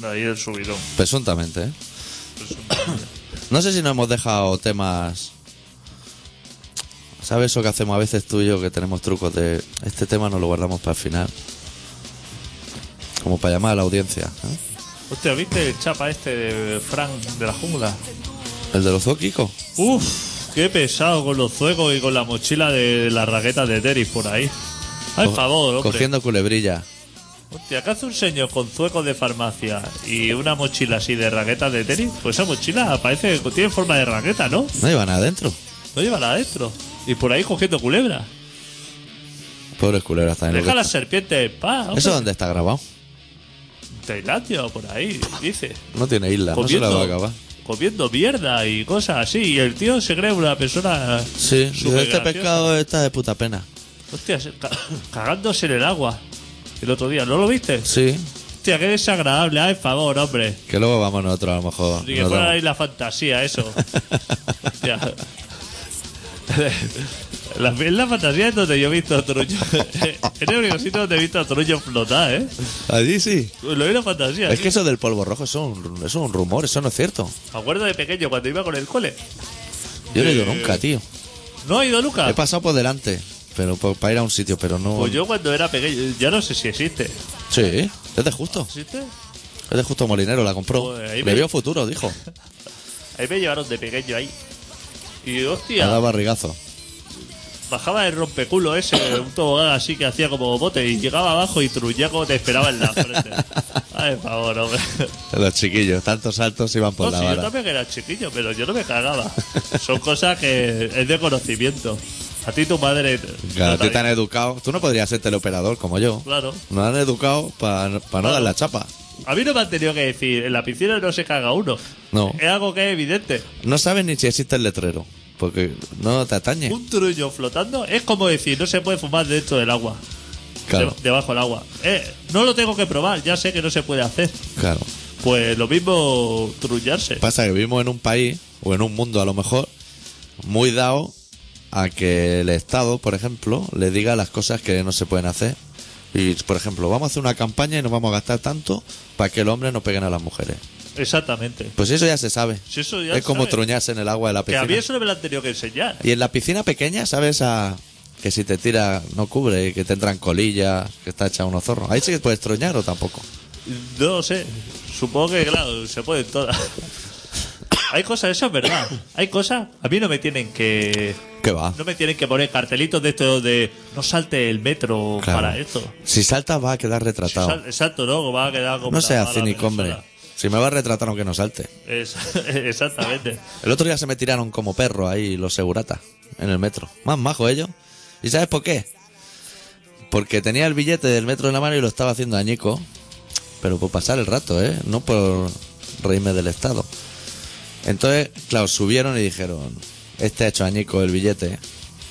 De ahí el subidón. presuntamente. ¿eh? No sé si nos hemos dejado temas... ¿Sabes eso que hacemos a veces tú y yo que tenemos trucos de... Este tema nos lo guardamos para el final. Como para llamar a la audiencia. ¿eh? Hostia, ¿viste el chapa este de Frank de la jungla? ¿El de los zoquicos? Uf, qué pesado con los zuecos y con la mochila de las raquetas de tenis por ahí. Ay, favor, hombre. Cogiendo culebrilla. Hostia, ¿qué hace un señor con zuecos de farmacia y una mochila así de raquetas de tenis? Pues esa mochila parece que tiene forma de raqueta, ¿no? No iban adentro. No lleva nada adentro. Y por ahí cogiendo culebra. Pobres culeras también. Deja lo que- las serpientes en paz. hombre. pues- ¿Eso dónde está grabado? Tailandia o por ahí, dice. No tiene isla, no se la va a acabar. comiendo mierda y cosas así. Y el tío se cree una persona. Sí, dice, este supergraciosa. pescado está de puta pena. Hostia, se- ca- cagándose en el agua. El otro día, ¿no lo viste? Sí, Hostia, qué desagradable, ay, favor, hombre. que luego vamos nosotros a lo mejor. Ni que nos fuera damos- ahí la fantasía, eso. Hostia. La, en la fantasía es donde yo he visto a Truño. es el único sitio donde he visto a Truño flotar, ¿eh? Allí sí. Lo vi en la fantasía. Es que eso del polvo rojo, eso es, un, eso es un rumor, eso no es cierto. Me acuerdo de pequeño cuando iba con el cole. Yo no he ido Eh, ah. nunca, tío. No ha ido He nunca. pasado por delante, pero por- para ir a un sitio, pero no. Pues yo cuando era pequeño, ya no sé si existe. Sí, es de justo. ¿Existe? Es de justo Molinero, la compró. Joder, Pues ahí Le me- vio futuro, dijo. Ahí me llevaron de pequeño ahí. Y Le hostia, daba barrigazo. bajaba el rompeculo ese, un tobogán así que hacía como bote y llegaba abajo y truñía como te esperaba en la frente. Ay, por favor, hombre. Los chiquillos, tantos saltos iban por No, la si yo vara. también era chiquillo, pero yo no me cagaba. Son cosas que es de conocimiento. A ti tu madre... Claro, a ti no, te han educado. Tú no podrías ser teleoperador como yo. Claro. Nos han educado para no dar la chapa. A mí no me han tenido que decir, en la piscina no se caga uno. No. Es algo que es evidente. No sabes ni si existe el letrero, porque no te atañe. Un truño flotando es como decir, no se puede fumar dentro del agua. Claro, de- debajo del agua. Eh, no lo tengo que probar, ya sé que no se puede hacer. claro. Pues lo mismo trullarse. Pasa que vivimos en un país, o en un mundo a lo mejor, muy dado a que el Estado, por ejemplo, le diga las cosas que no se pueden hacer. Y, por ejemplo, vamos a hacer una campaña y nos vamos a gastar tanto para que los hombres no peguen a las mujeres. Exactamente. Pues eso ya se sabe. Si eso ya es se como sabe. truñarse en el agua de la Que piscina. a mí eso no me lo han tenido que enseñar. Y en la piscina pequeña, ¿sabes? A... Que si te tira, no cubre, que te entran colillas, que está hecha unos zorros. Ahí sí que puedes truñar o tampoco. No lo sé. Supongo que, claro, se pueden todas. Hay cosas, eso es verdad. Hay cosas. A mí no me tienen que. ¿Qué va? No me tienen que poner cartelitos de esto de. No salte el metro Claro. para esto. Si saltas va a quedar Si retratado. sal- exacto, no, va a quedar como. no la seas mala cínico, hombre. Venezuela. Si me va a retratar aunque no salte. Es- exactamente. El otro día se me tiraron como perro ahí los seguratas en el metro. Más majo ellos. ¿Y sabes por qué? Porque tenía el billete del metro en la mano y lo estaba haciendo añico. Pero por pasar el rato, ¿eh? No por reírme del Estado. Entonces, claro, subieron y dijeron, este ha hecho añico el billete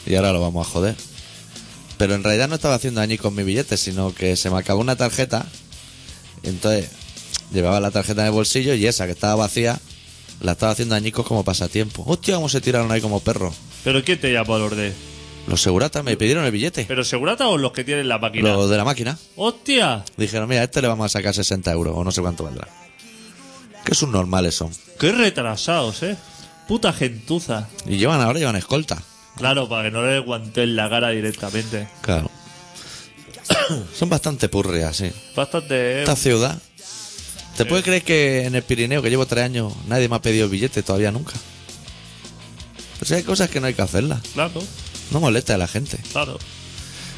y ahora lo vamos a joder. Pero en realidad no estaba haciendo añico mi billete, sino que se me acabó una tarjeta entonces, llevaba la tarjeta en el bolsillo y esa que estaba vacía, la estaba haciendo añicos como pasatiempo. Hostia, cómo se tiraron ahí como perros. Pero ¿quién te llama los de? Los seguratas me pidieron el billete. ¿Pero segurata o los que tienen la máquina? Los de la máquina. ¡Hostia! Dijeron, mira, a este le vamos a sacar 60 euros o no sé cuánto valdrá. Que sus normales son. ¡Qué retrasados, eh! Puta gentuza. Y llevan ahora, llevan escolta. Claro, para que no le guanten la cara directamente. Claro. son bastante purrias, sí. Bastante. eh, Esta ciudad. ¿Te puedes creer que en el Pirineo, que llevo tres años, nadie me ha pedido el billete todavía nunca? O sea, hay cosas que no hay que hacerlas. Claro, No molesta a la gente. claro.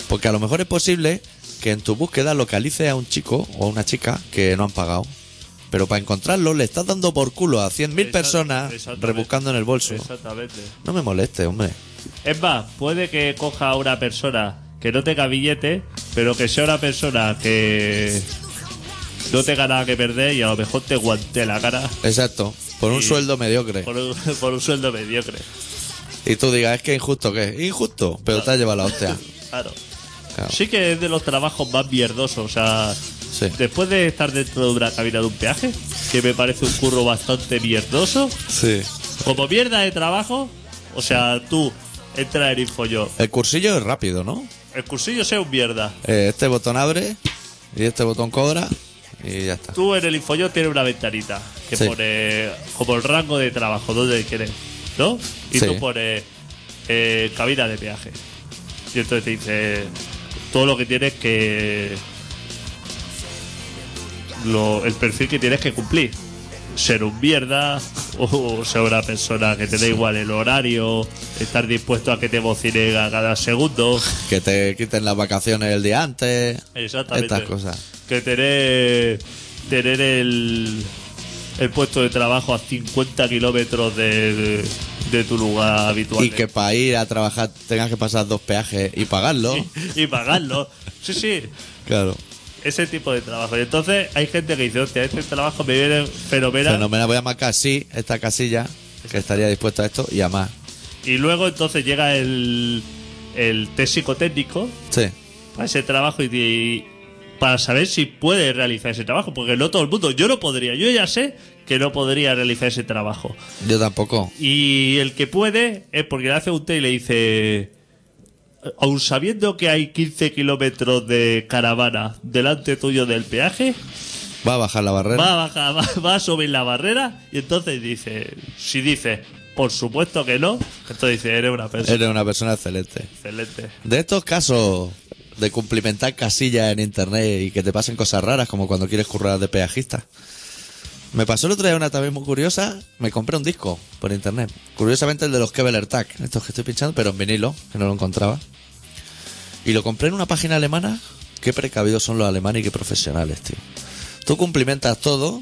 Porque a lo mejor es posible que en tu búsqueda localices a un chico o a una chica que no han pagado. Pero para encontrarlo le estás dando por culo a 100.000 Exact- personas exactamente. rebuscando en el bolso. Exactamente. No me moleste, hombre. Es más, puede que coja a una persona que no tenga billete, pero que sea una persona que no tenga nada que perder y a lo mejor te guante la cara Exacto. Por un Sí. sueldo mediocre. por un, por un sueldo mediocre. Y tú digas, es que injusto, que es injusto, pero te has llevado la hostia. Claro. Claro. Sí que es de los trabajos más mierdosos. O sea, Sí. después de estar dentro de una cabina de un peaje, que me parece un curro bastante mierdoso, Sí. como mierda de trabajo, o sea, tú entras en InfoYo. El cursillo es rápido, ¿no? El cursillo sea un mierda. Eh, este botón abre y este botón cobra y ya está. Tú en el InfoYo tienes una ventanita que Sí. pone como el rango de trabajo, donde quieres, ¿no? Y Sí. tú pones eh, cabina de peaje. Y entonces te dice todo lo que tienes que. lo- el perfil que tienes que cumplir. Ser un mierda, o ser una persona que te da igual el horario, estar dispuesto a que te bocinen a cada segundo. Que te quiten las vacaciones el día antes. Exactamente. Estas cosas. Que tener, tener el, el puesto de trabajo a 50 kilómetros de, de- de tu lugar habitual. Y que para ir a trabajar tengas que pasar dos peajes y pagarlo. Y pagarlo. Sí, sí. Claro. Ese tipo de trabajo. Y entonces hay gente que dice, hostia, este trabajo me viene fenomenal. Fenomenal, voy a marcar sí esta casilla, que estaría dispuesto a esto y a más. Y luego entonces llega el, el test psicotécnico Sí. para ese trabajo y, y para saber si puede realizar ese trabajo. Porque no todo el mundo, yo no podría, yo ya sé que no podría realizar ese trabajo. Yo tampoco. Y el que puede es porque le hace un té y le dice, aun sabiendo que hay 15 kilómetros de caravana delante tuyo del peaje, Va a bajar la barrera. va a, bajar, va, va a subir la barrera y entonces dice, si dice, por supuesto que no, entonces dice, eres una persona Eres una persona excelente. excelente. De estos casos de cumplimentar casillas en internet y que te pasen cosas raras, como cuando quieres currar de peajista. Me pasó el otro día una también muy curiosa. Me compré un disco por internet. Curiosamente el de los Kebeler Tag, estos que estoy pinchando, pero en vinilo, que no lo encontraba. Y lo compré en una página alemana. Qué precavidos son los alemanes y qué profesionales, tío. Tú cumplimentas todo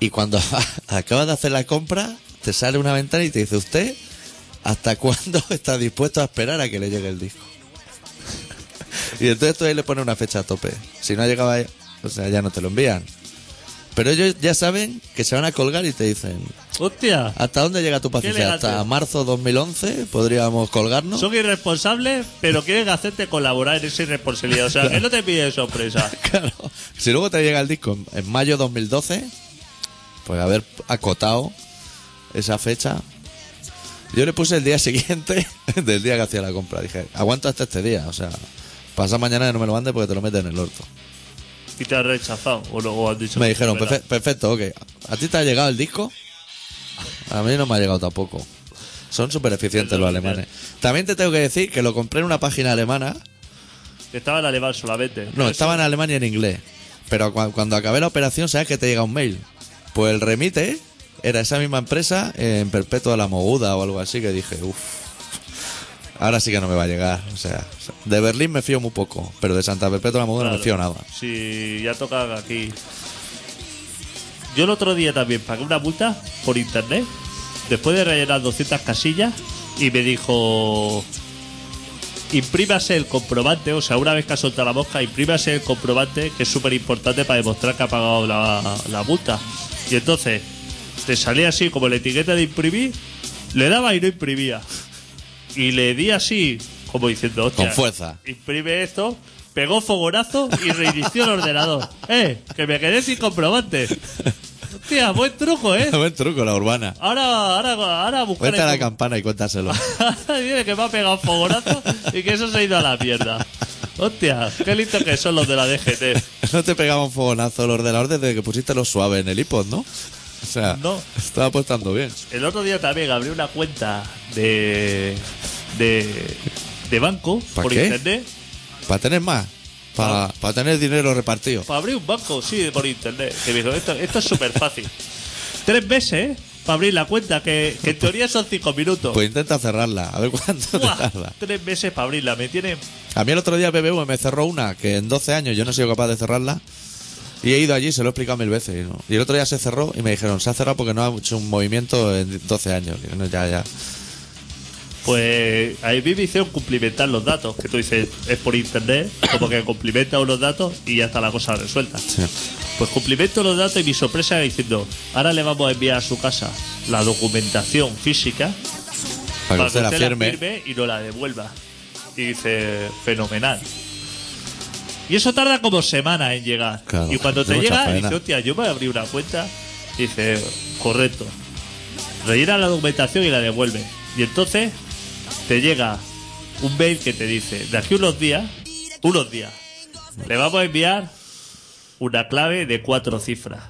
y cuando acabas de hacer la compra, te sale una ventana y te dice usted hasta cuándo está dispuesto a esperar a que le llegue el disco. y entonces tú ahí le pones una fecha a tope. Si no ha llegado ahí, o sea, ya no te lo envían. Pero ellos ya saben que se van a colgar y te dicen, Hostia, ¿hasta dónde llega tu paciencia? elegante. Hasta marzo 2011 podríamos colgarnos. son irresponsables, pero quieren hacerte colaborar en esa irresponsabilidad. O sea, que no te pide sorpresa. Claro. Si luego te llega el disco en, en mayo 2012, pues haber acotado esa fecha. Yo le puse el día siguiente del día que hacía la compra. Dije, aguanta hasta este día. O sea, pasa mañana que no me lo mande porque te lo meten en el orto. y te han rechazado. O, lo, o han dicho. Me dijeron, "Fuera". "Perfe- perfecto, ok. ¿A ti te ha llegado el disco? A mí no me ha llegado tampoco. Son súper eficientes Es lo los oficial. alemanes. También te tengo que decir que lo compré en una página alemana. Estaba en alemán solamente. No, estaba en alemán y en inglés. Pero cua- cuando acabé la operación, sabes que te llega un mail. Pues el remite era esa misma empresa en Perpetua la Moguda o algo así que dije, uff, ahora sí que no me va a llegar. O sea, de Berlín me fío muy poco, pero de Santa Perpetua la Moguda no me fío nada. Si ya toca aquí. Yo el otro día también pagué una multa por internet. Después de rellenar 200 casillas. Y me dijo. Imprímase el comprobante. O sea, una vez que ha soltado la mosca, imprímase el comprobante. Que es súper importante para demostrar que ha pagado la, la multa. Y entonces. Te salía así como la etiqueta de imprimir. Le daba y no imprimía. Y le di así. Como diciendo, hostia. Con fuerza. Imprime esto. Pegó fogonazo y reinició el ordenador. ¡Eh! Que me quedé sin comprobante. Hostia, buen truco, ¿eh? Buen truco, la urbana. Ahora, ahora, ahora buscar Vete a la el- campana y cuéntaselo. Dile que me ha pegado fogonazo y que eso se ha ido a la mierda. Hostia, qué listo que son los de la DGT. No te pegaba un fogonazo el ordenador desde que pusiste lo suave en el iPod, ¿no? O sea, No. estaba apostando bien. El otro día también abrí una cuenta de. de. de banco ¿Pa por qué? internet. Para tener más. Para, para tener dinero repartido. Para abrir un banco, sí, por internet. Que me dijo, esto, esto es súper fácil. Tres meses ¿eh? para abrir la cuenta, que, que en teoría son cinco minutos. Pues intenta cerrarla, a ver cuánto te Buah, tarda. Tres meses para abrirla, me tiene. A mí el otro día BBV me cerró una que en 12 años yo no he sido capaz de cerrarla. Y he ido allí, se lo he explicado mil veces. Y, no. Y el otro día se cerró y me dijeron, se ha cerrado porque no ha hecho un movimiento en 12 años. Y yo, no, ya, ya. Pues ahí me hicieron cumplimentar los datos, que tú dices, es por internet, como que cumplimenta unos datos y ya está la cosa resuelta. Pues cumplimento los datos y mi sorpresa era diciendo, ahora le vamos a enviar a su casa la documentación física Para que usted la firme. firme. y no la devuelva. Y dice, fenomenal. Y eso tarda como semanas en llegar. Claro, y cuando te mucha llega, faena. dice, hostia, yo voy a abrir una cuenta. Dice, correcto. Rellena la documentación y la devuelve. Y entonces te llega un mail que te dice, de aquí unos días, unos días, le vamos a enviar una clave de cuatro cifras.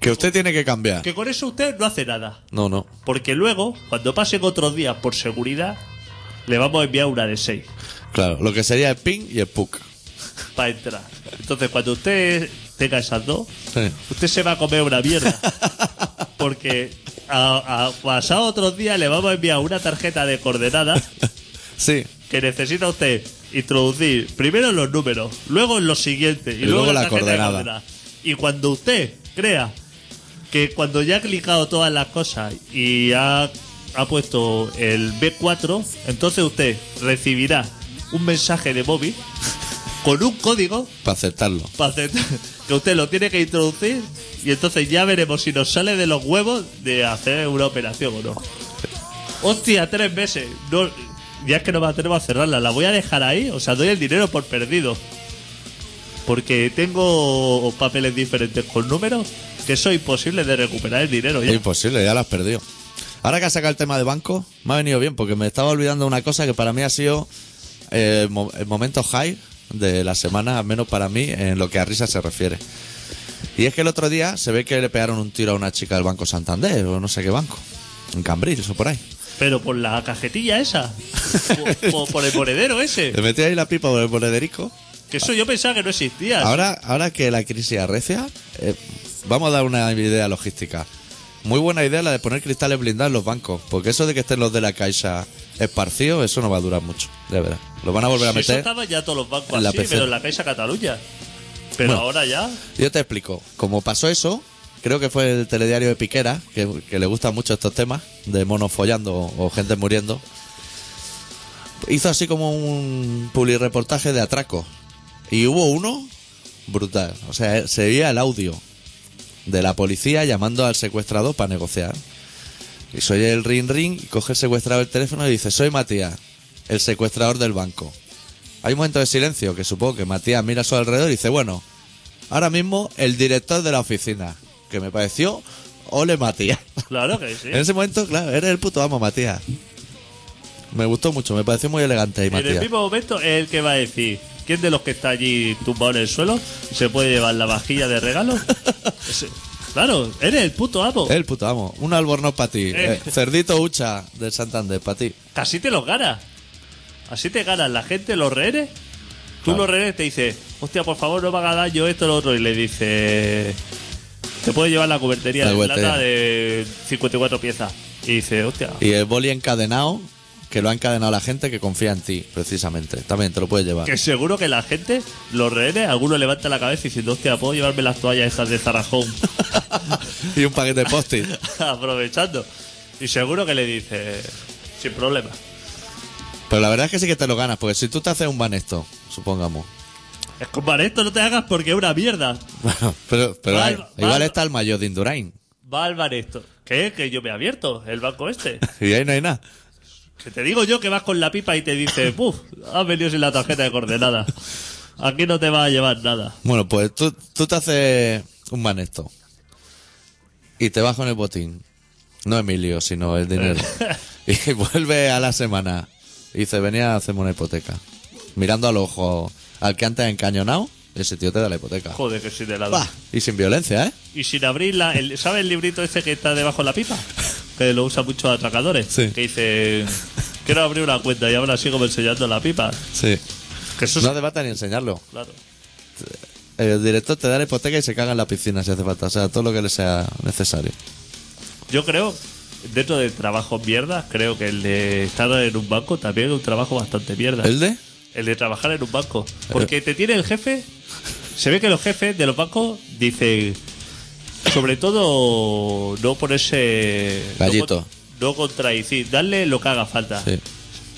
Que usted tiene que cambiar. Que con eso usted no hace nada. No, no. Porque luego, cuando pasen otros días por seguridad, le vamos a enviar una de 6 Claro, lo que sería el ping y el puck. para entrar. Entonces, cuando usted tenga esas dos, Sí. usted se va a comer una mierda. Porque a, a- pasado otros días le vamos a enviar una tarjeta de coordenadas Sí. que necesita usted introducir primero en los números, luego en los siguientes y, Y luego en la tarjeta de coordenada. Y cuando usted crea que cuando ya ha clicado todas las cosas y ha, ha puesto el B4, entonces usted recibirá un mensaje de móvil con un código Para aceptarlo. para hacer- que usted lo tiene que introducir y entonces ya veremos si nos sale de los huevos de hacer una operación o no. Hostia, tres meses. No, ya es que no me atrevo a cerrarla. La voy a dejar ahí, o sea, doy el dinero por perdido. Porque tengo papeles diferentes con números que son imposibles de recuperar el dinero. Es ya. imposible, ya lo has perdido. Ahora que has sacado el tema de banco, me ha venido bien porque me estaba olvidando una cosa que para mí ha sido eh, el mo- el momento high de la semana, al menos para mí, en lo que a risa se refiere. Y es que el otro día se ve que le pegaron un tiro a una chica del Banco Santander o no sé qué banco, en Cambril o por ahí. Pero por la cajetilla esa. o, o por el monedero Le ese. metí ahí la pipa por el monederico. Que eso yo pensaba que no existía. Ahora, ahora que la crisis arrecia, eh, vamos a dar una idea logística. Muy buena idea la de poner cristales blindados en los bancos, porque eso de que estén los de la Caixa esparcidos, eso no va a durar mucho, de verdad. Lo van a volver a Si eso meter. estaban ya todos los bancos en la así, pecera. pero en la Caixa Cataluña. Pero Bueno. ahora ya. Yo te explico. Como pasó eso, creo que fue el telediario de Piquera, que, que le gustan mucho estos temas, de monos follando o, o gente muriendo. Hizo así como un publireportaje de atracos. Y hubo uno brutal. O sea, eh, se veía el audio de la policía llamando al secuestrado para negociar. Y soy el ring ring, y coge el secuestrado el teléfono y dice, soy Matías, el secuestrador del banco. Hay un momento de silencio que supongo que Matías mira a su alrededor y dice, bueno, ahora mismo el director de la oficina, que me pareció, ole Matías. Claro que sí. En ese momento, claro, eres el puto amo, Matías. Me gustó mucho, me pareció muy elegante ahí, en el Matías. mismo momento es el que va a decir ¿Quién de los que está allí tumbado en el suelo se puede llevar la vajilla de regalo? Ese- claro, eres el puto amo. El puto amo. Un albornoz para ti. Eh. Eh, Cerdito Ucha de Santander, para ti. Casi te los ganas. Así te ganas. La gente los rehenes. Tú los rehenes te dice, hostia, por favor, no me haga daño esto, lo otro. Y le dice, te puede llevar la cubertería La de cubertería. plata de 54 piezas. Y dice, hostia, Y el boli encadenado, que lo ha encadenado la gente que confía en ti, precisamente. También te lo puedes llevar. que seguro que la gente, los rehenes, alguno levanta la cabeza y diciendo, hostia, ¿puedo llevarme las toallas esas de Zarajón? y un paquete de post-it. Aprovechando. Y seguro que le dice, sin problema. Pero la verdad es que sí que te lo ganas, porque si tú te haces un banesto, supongamos. Es como, "Vale, esto no te hagas porque es una mierda. Bueno, pero, pero Val- hay- igual Val- está el mayor de Indurain. Va al bar esto. ¿Qué? Que yo me he abierto el banco este. Y ahí no hay nada. Que te digo yo que vas con la pipa y te dice, puf, has venido sin la tarjeta de coordenada. Aquí no te vas a llevar nada. Bueno, pues tú, tú te haces un banesto. Y te vas con el botín. No Emilio, sino el dinero. y vuelve a la semana. Y dice, venía a hacerme una hipoteca. Mirando al ojo al que antes ha encañonado, ese tío te da la hipoteca. Joder, que soy de lado. Bah, Y sin violencia, ¿eh? Y sin abrir la. El, ¿Sabes el librito ese que está debajo de la pipa? Que lo usan muchos atracadores. Sí. Que dice, quiero abrir una cuenta y ahora sigo enseñando la pipa. Sí. Que eso es. No hace falta ni enseñarlo. Claro. El director te da la hipoteca y se caga en la piscina si hace falta. O sea, todo lo que le sea necesario. Yo creo, dentro de trabajos mierdas, creo que el de estar en un banco también es un trabajo bastante mierda. ¿El de? Eh. El de trabajar en un banco. Porque te tiene el jefe. Se ve que los jefes de los bancos dicen. Sobre todo, no ponerse. no Gallito. con- No, contradicir. Darle lo que haga falta. Sí.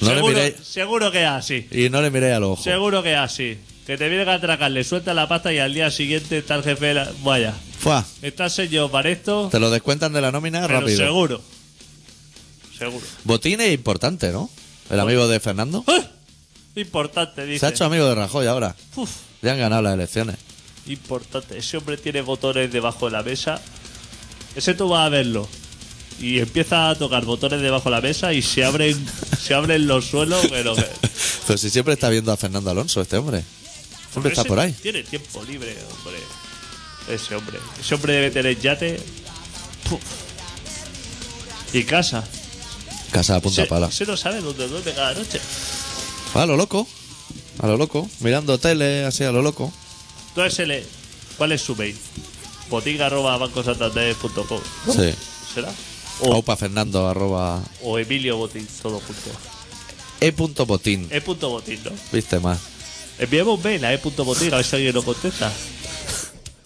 No le seguro, miréis. seguro que es así. Y no le miréis al ojo. Seguro que es así. Que te viene a atracar, le suelta la pasta y al día siguiente está el jefe. de la- Vaya. Fuá, Está el señor para esto. Te lo descuentan de la nómina Pero rápido. seguro. Seguro. Botín es importante, ¿no? El amigo de Fernando. ¡Ah! Importante, dice. Se ha hecho amigo de Rajoy ahora. Uf, Ya han ganado las elecciones. importante. Ese hombre tiene botones debajo de la mesa. Ese tú vas a verlo. Y empieza a tocar botones debajo de la mesa y se abren, se abren los suelos, pero que- Pero si siempre está viendo a Fernando Alonso, este hombre. Siempre está ese por ahí. Tiene tiempo libre, hombre. Ese hombre. Ese hombre debe tener yate. Puf. Y casa. Casa a punta Se, pala. se no sabe dónde duerme cada noche. A lo loco. A lo loco. Mirando tele, así a lo loco. Entonces, se le- ¿cuál es su mail? Botica arroba bancosantander.com. Sí. ¿Será? O, Aupa Fernando arroba o Emilio Botín, todo junto. e punto botín. E. punto Botín, ¿no? Viste más. Enviemos un mail a E. punto Botín a ver si alguien lo contesta.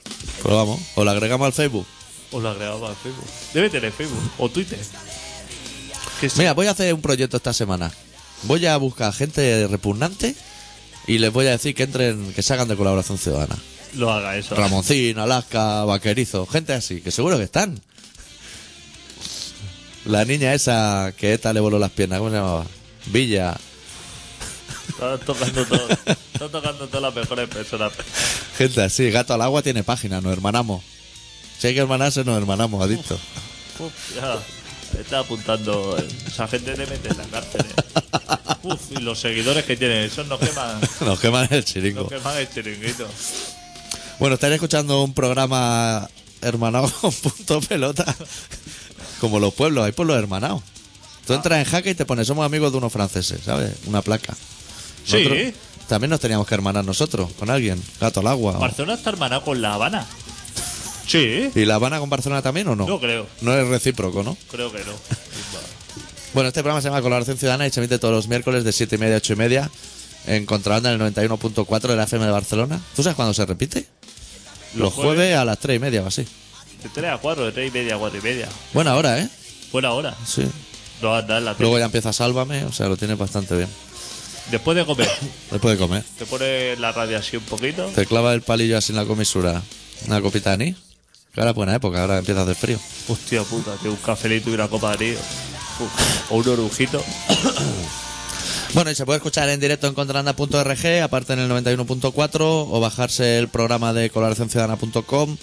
Pero Pues vamos. O lo agregamos al Facebook. O lo agregamos a Facebook. Debe tener Facebook. O Twitter. Que sí. Mira, voy a hacer un proyecto esta semana. Voy a buscar gente repugnante y les voy a decir que entren, que salgan de colaboración ciudadana. lo haga eso. Ramoncín, Alaska, Vaquerizo, gente así, que seguro que están. La niña esa que ETA le voló las piernas, ¿cómo se llamaba? Villa. Está tocando todo. Está tocando todas las mejores personas. Gente así, gato al agua tiene página, nos hermanamos. Si hay que hermanarse, nos hermanamos, adicto. Uf, ya. Está apuntando. Esa gente le mete en la cárcel. eh. Uf, y los seguidores que tienen, esos nos queman. Nos queman el Nos chiringo. queman el chiringuito. Bueno, estaré escuchando un programa hermanado con punto pelota. Como los pueblos, hay pueblos hermanados. Tú entras en jaque y te pones, somos amigos de unos franceses, ¿sabes? Una placa. Sí. También nos teníamos que hermanar nosotros, con alguien. Gato al agua. o- Barcelona está hermanado con La Habana. Sí. ¿Y La Habana con Barcelona también o no? No creo. No es recíproco, ¿no? Creo que no. Bueno, este programa se llama Colaboración Ciudadana y se emite todos los miércoles de 7 y media a 8 y media en Contrabanda en el 91.4 de la FM de Barcelona. ¿Tú sabes cuándo se repite? Los, jueves, a las 3 y media o así. De 3 a 4, de 3 y media a 4 y media. Buena hora, ¿eh? Buena hora. Sí. No andar en la tele. Luego ya empieza Sálvame, o sea, lo tienes bastante bien. Después de comer, Después de comer. te pones la radio así un poquito. Te clava el palillo así en la comisura. Una copita de anís. Que ahora es buena época, ahora empieza a hacer frío. Hostia puta, tío, un cafelito y una copa de anís. Uf, O un orujito. Bueno, y se puede escuchar en directo en contralanda.org, aparte en el 91.4, o bajarse el programa de colaboracionciudadana.com,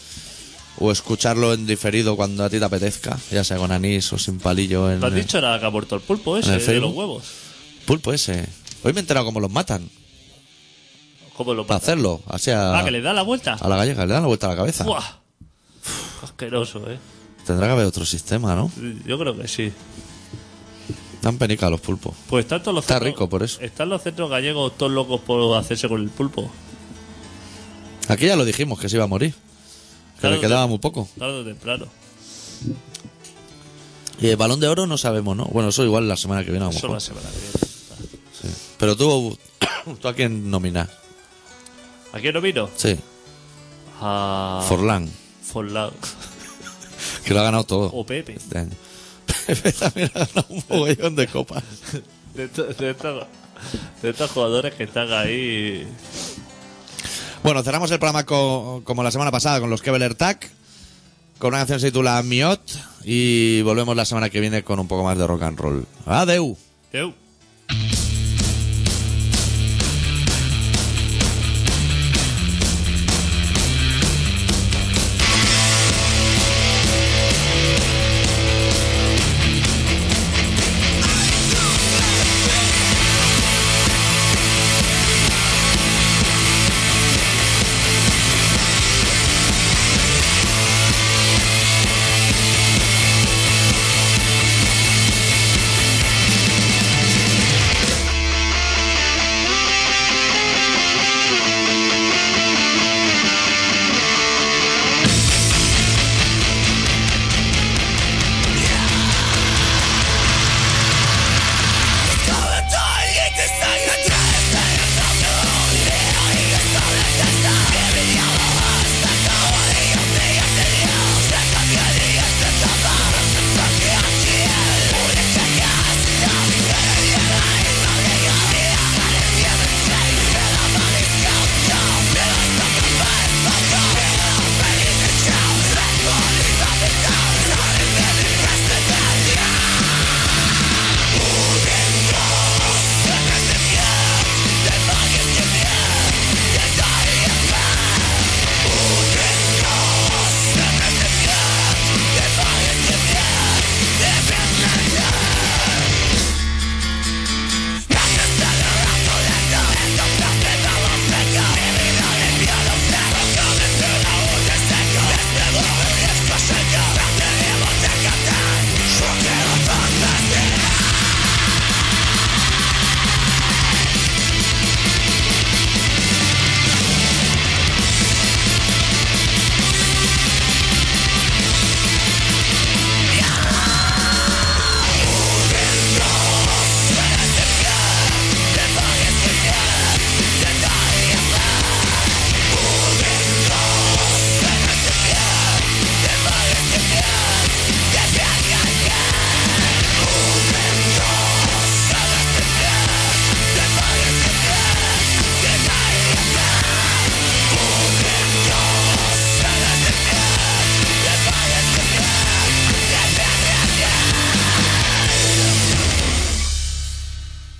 o escucharlo en diferido cuando a ti te apetezca, ya sea con anís o sin palillo en ¿No has el- dicho nada que ha muerto el pulpo Eh. ¿En ese el de Facebook? los huevos? pulpo ese. Hoy me he enterado cómo los matan. ¿Cómo lo Para pasa? hacerlo, así a, Ah, que le da la vuelta. a la gallega, le dan la vuelta a la cabeza. ¡Buah! Uf, Asqueroso, ¿eh? Tendrá que haber otro sistema, ¿no? Yo creo que sí. Dan penica los pulpos. Pues están todos los Está rico por eso. Están los centros gallegos todos locos por hacerse con el pulpo. Aquí ya lo dijimos que se iba a morir. Que Claro, le quedaba claro. muy poco. Tarde o temprano. Y el balón de oro no sabemos, ¿no? Bueno, eso igual la semana que viene a lo Eso mejor. la semana que viene. Sí. Pero tú, tú a quién nominas. ¿A quién no vino? Sí, A. Forlán, Forlán. que lo ha ganado todo O Pepe. este año. Pepe también ha ganado un mogollón de copas. De, esto- de estos- de estos jugadores que están ahí. Bueno, cerramos el programa co- como la semana pasada con los Keveler Tack, con una canción que se titula Miot y volvemos la semana que viene con un poco más de rock and roll. Adeu. Eu.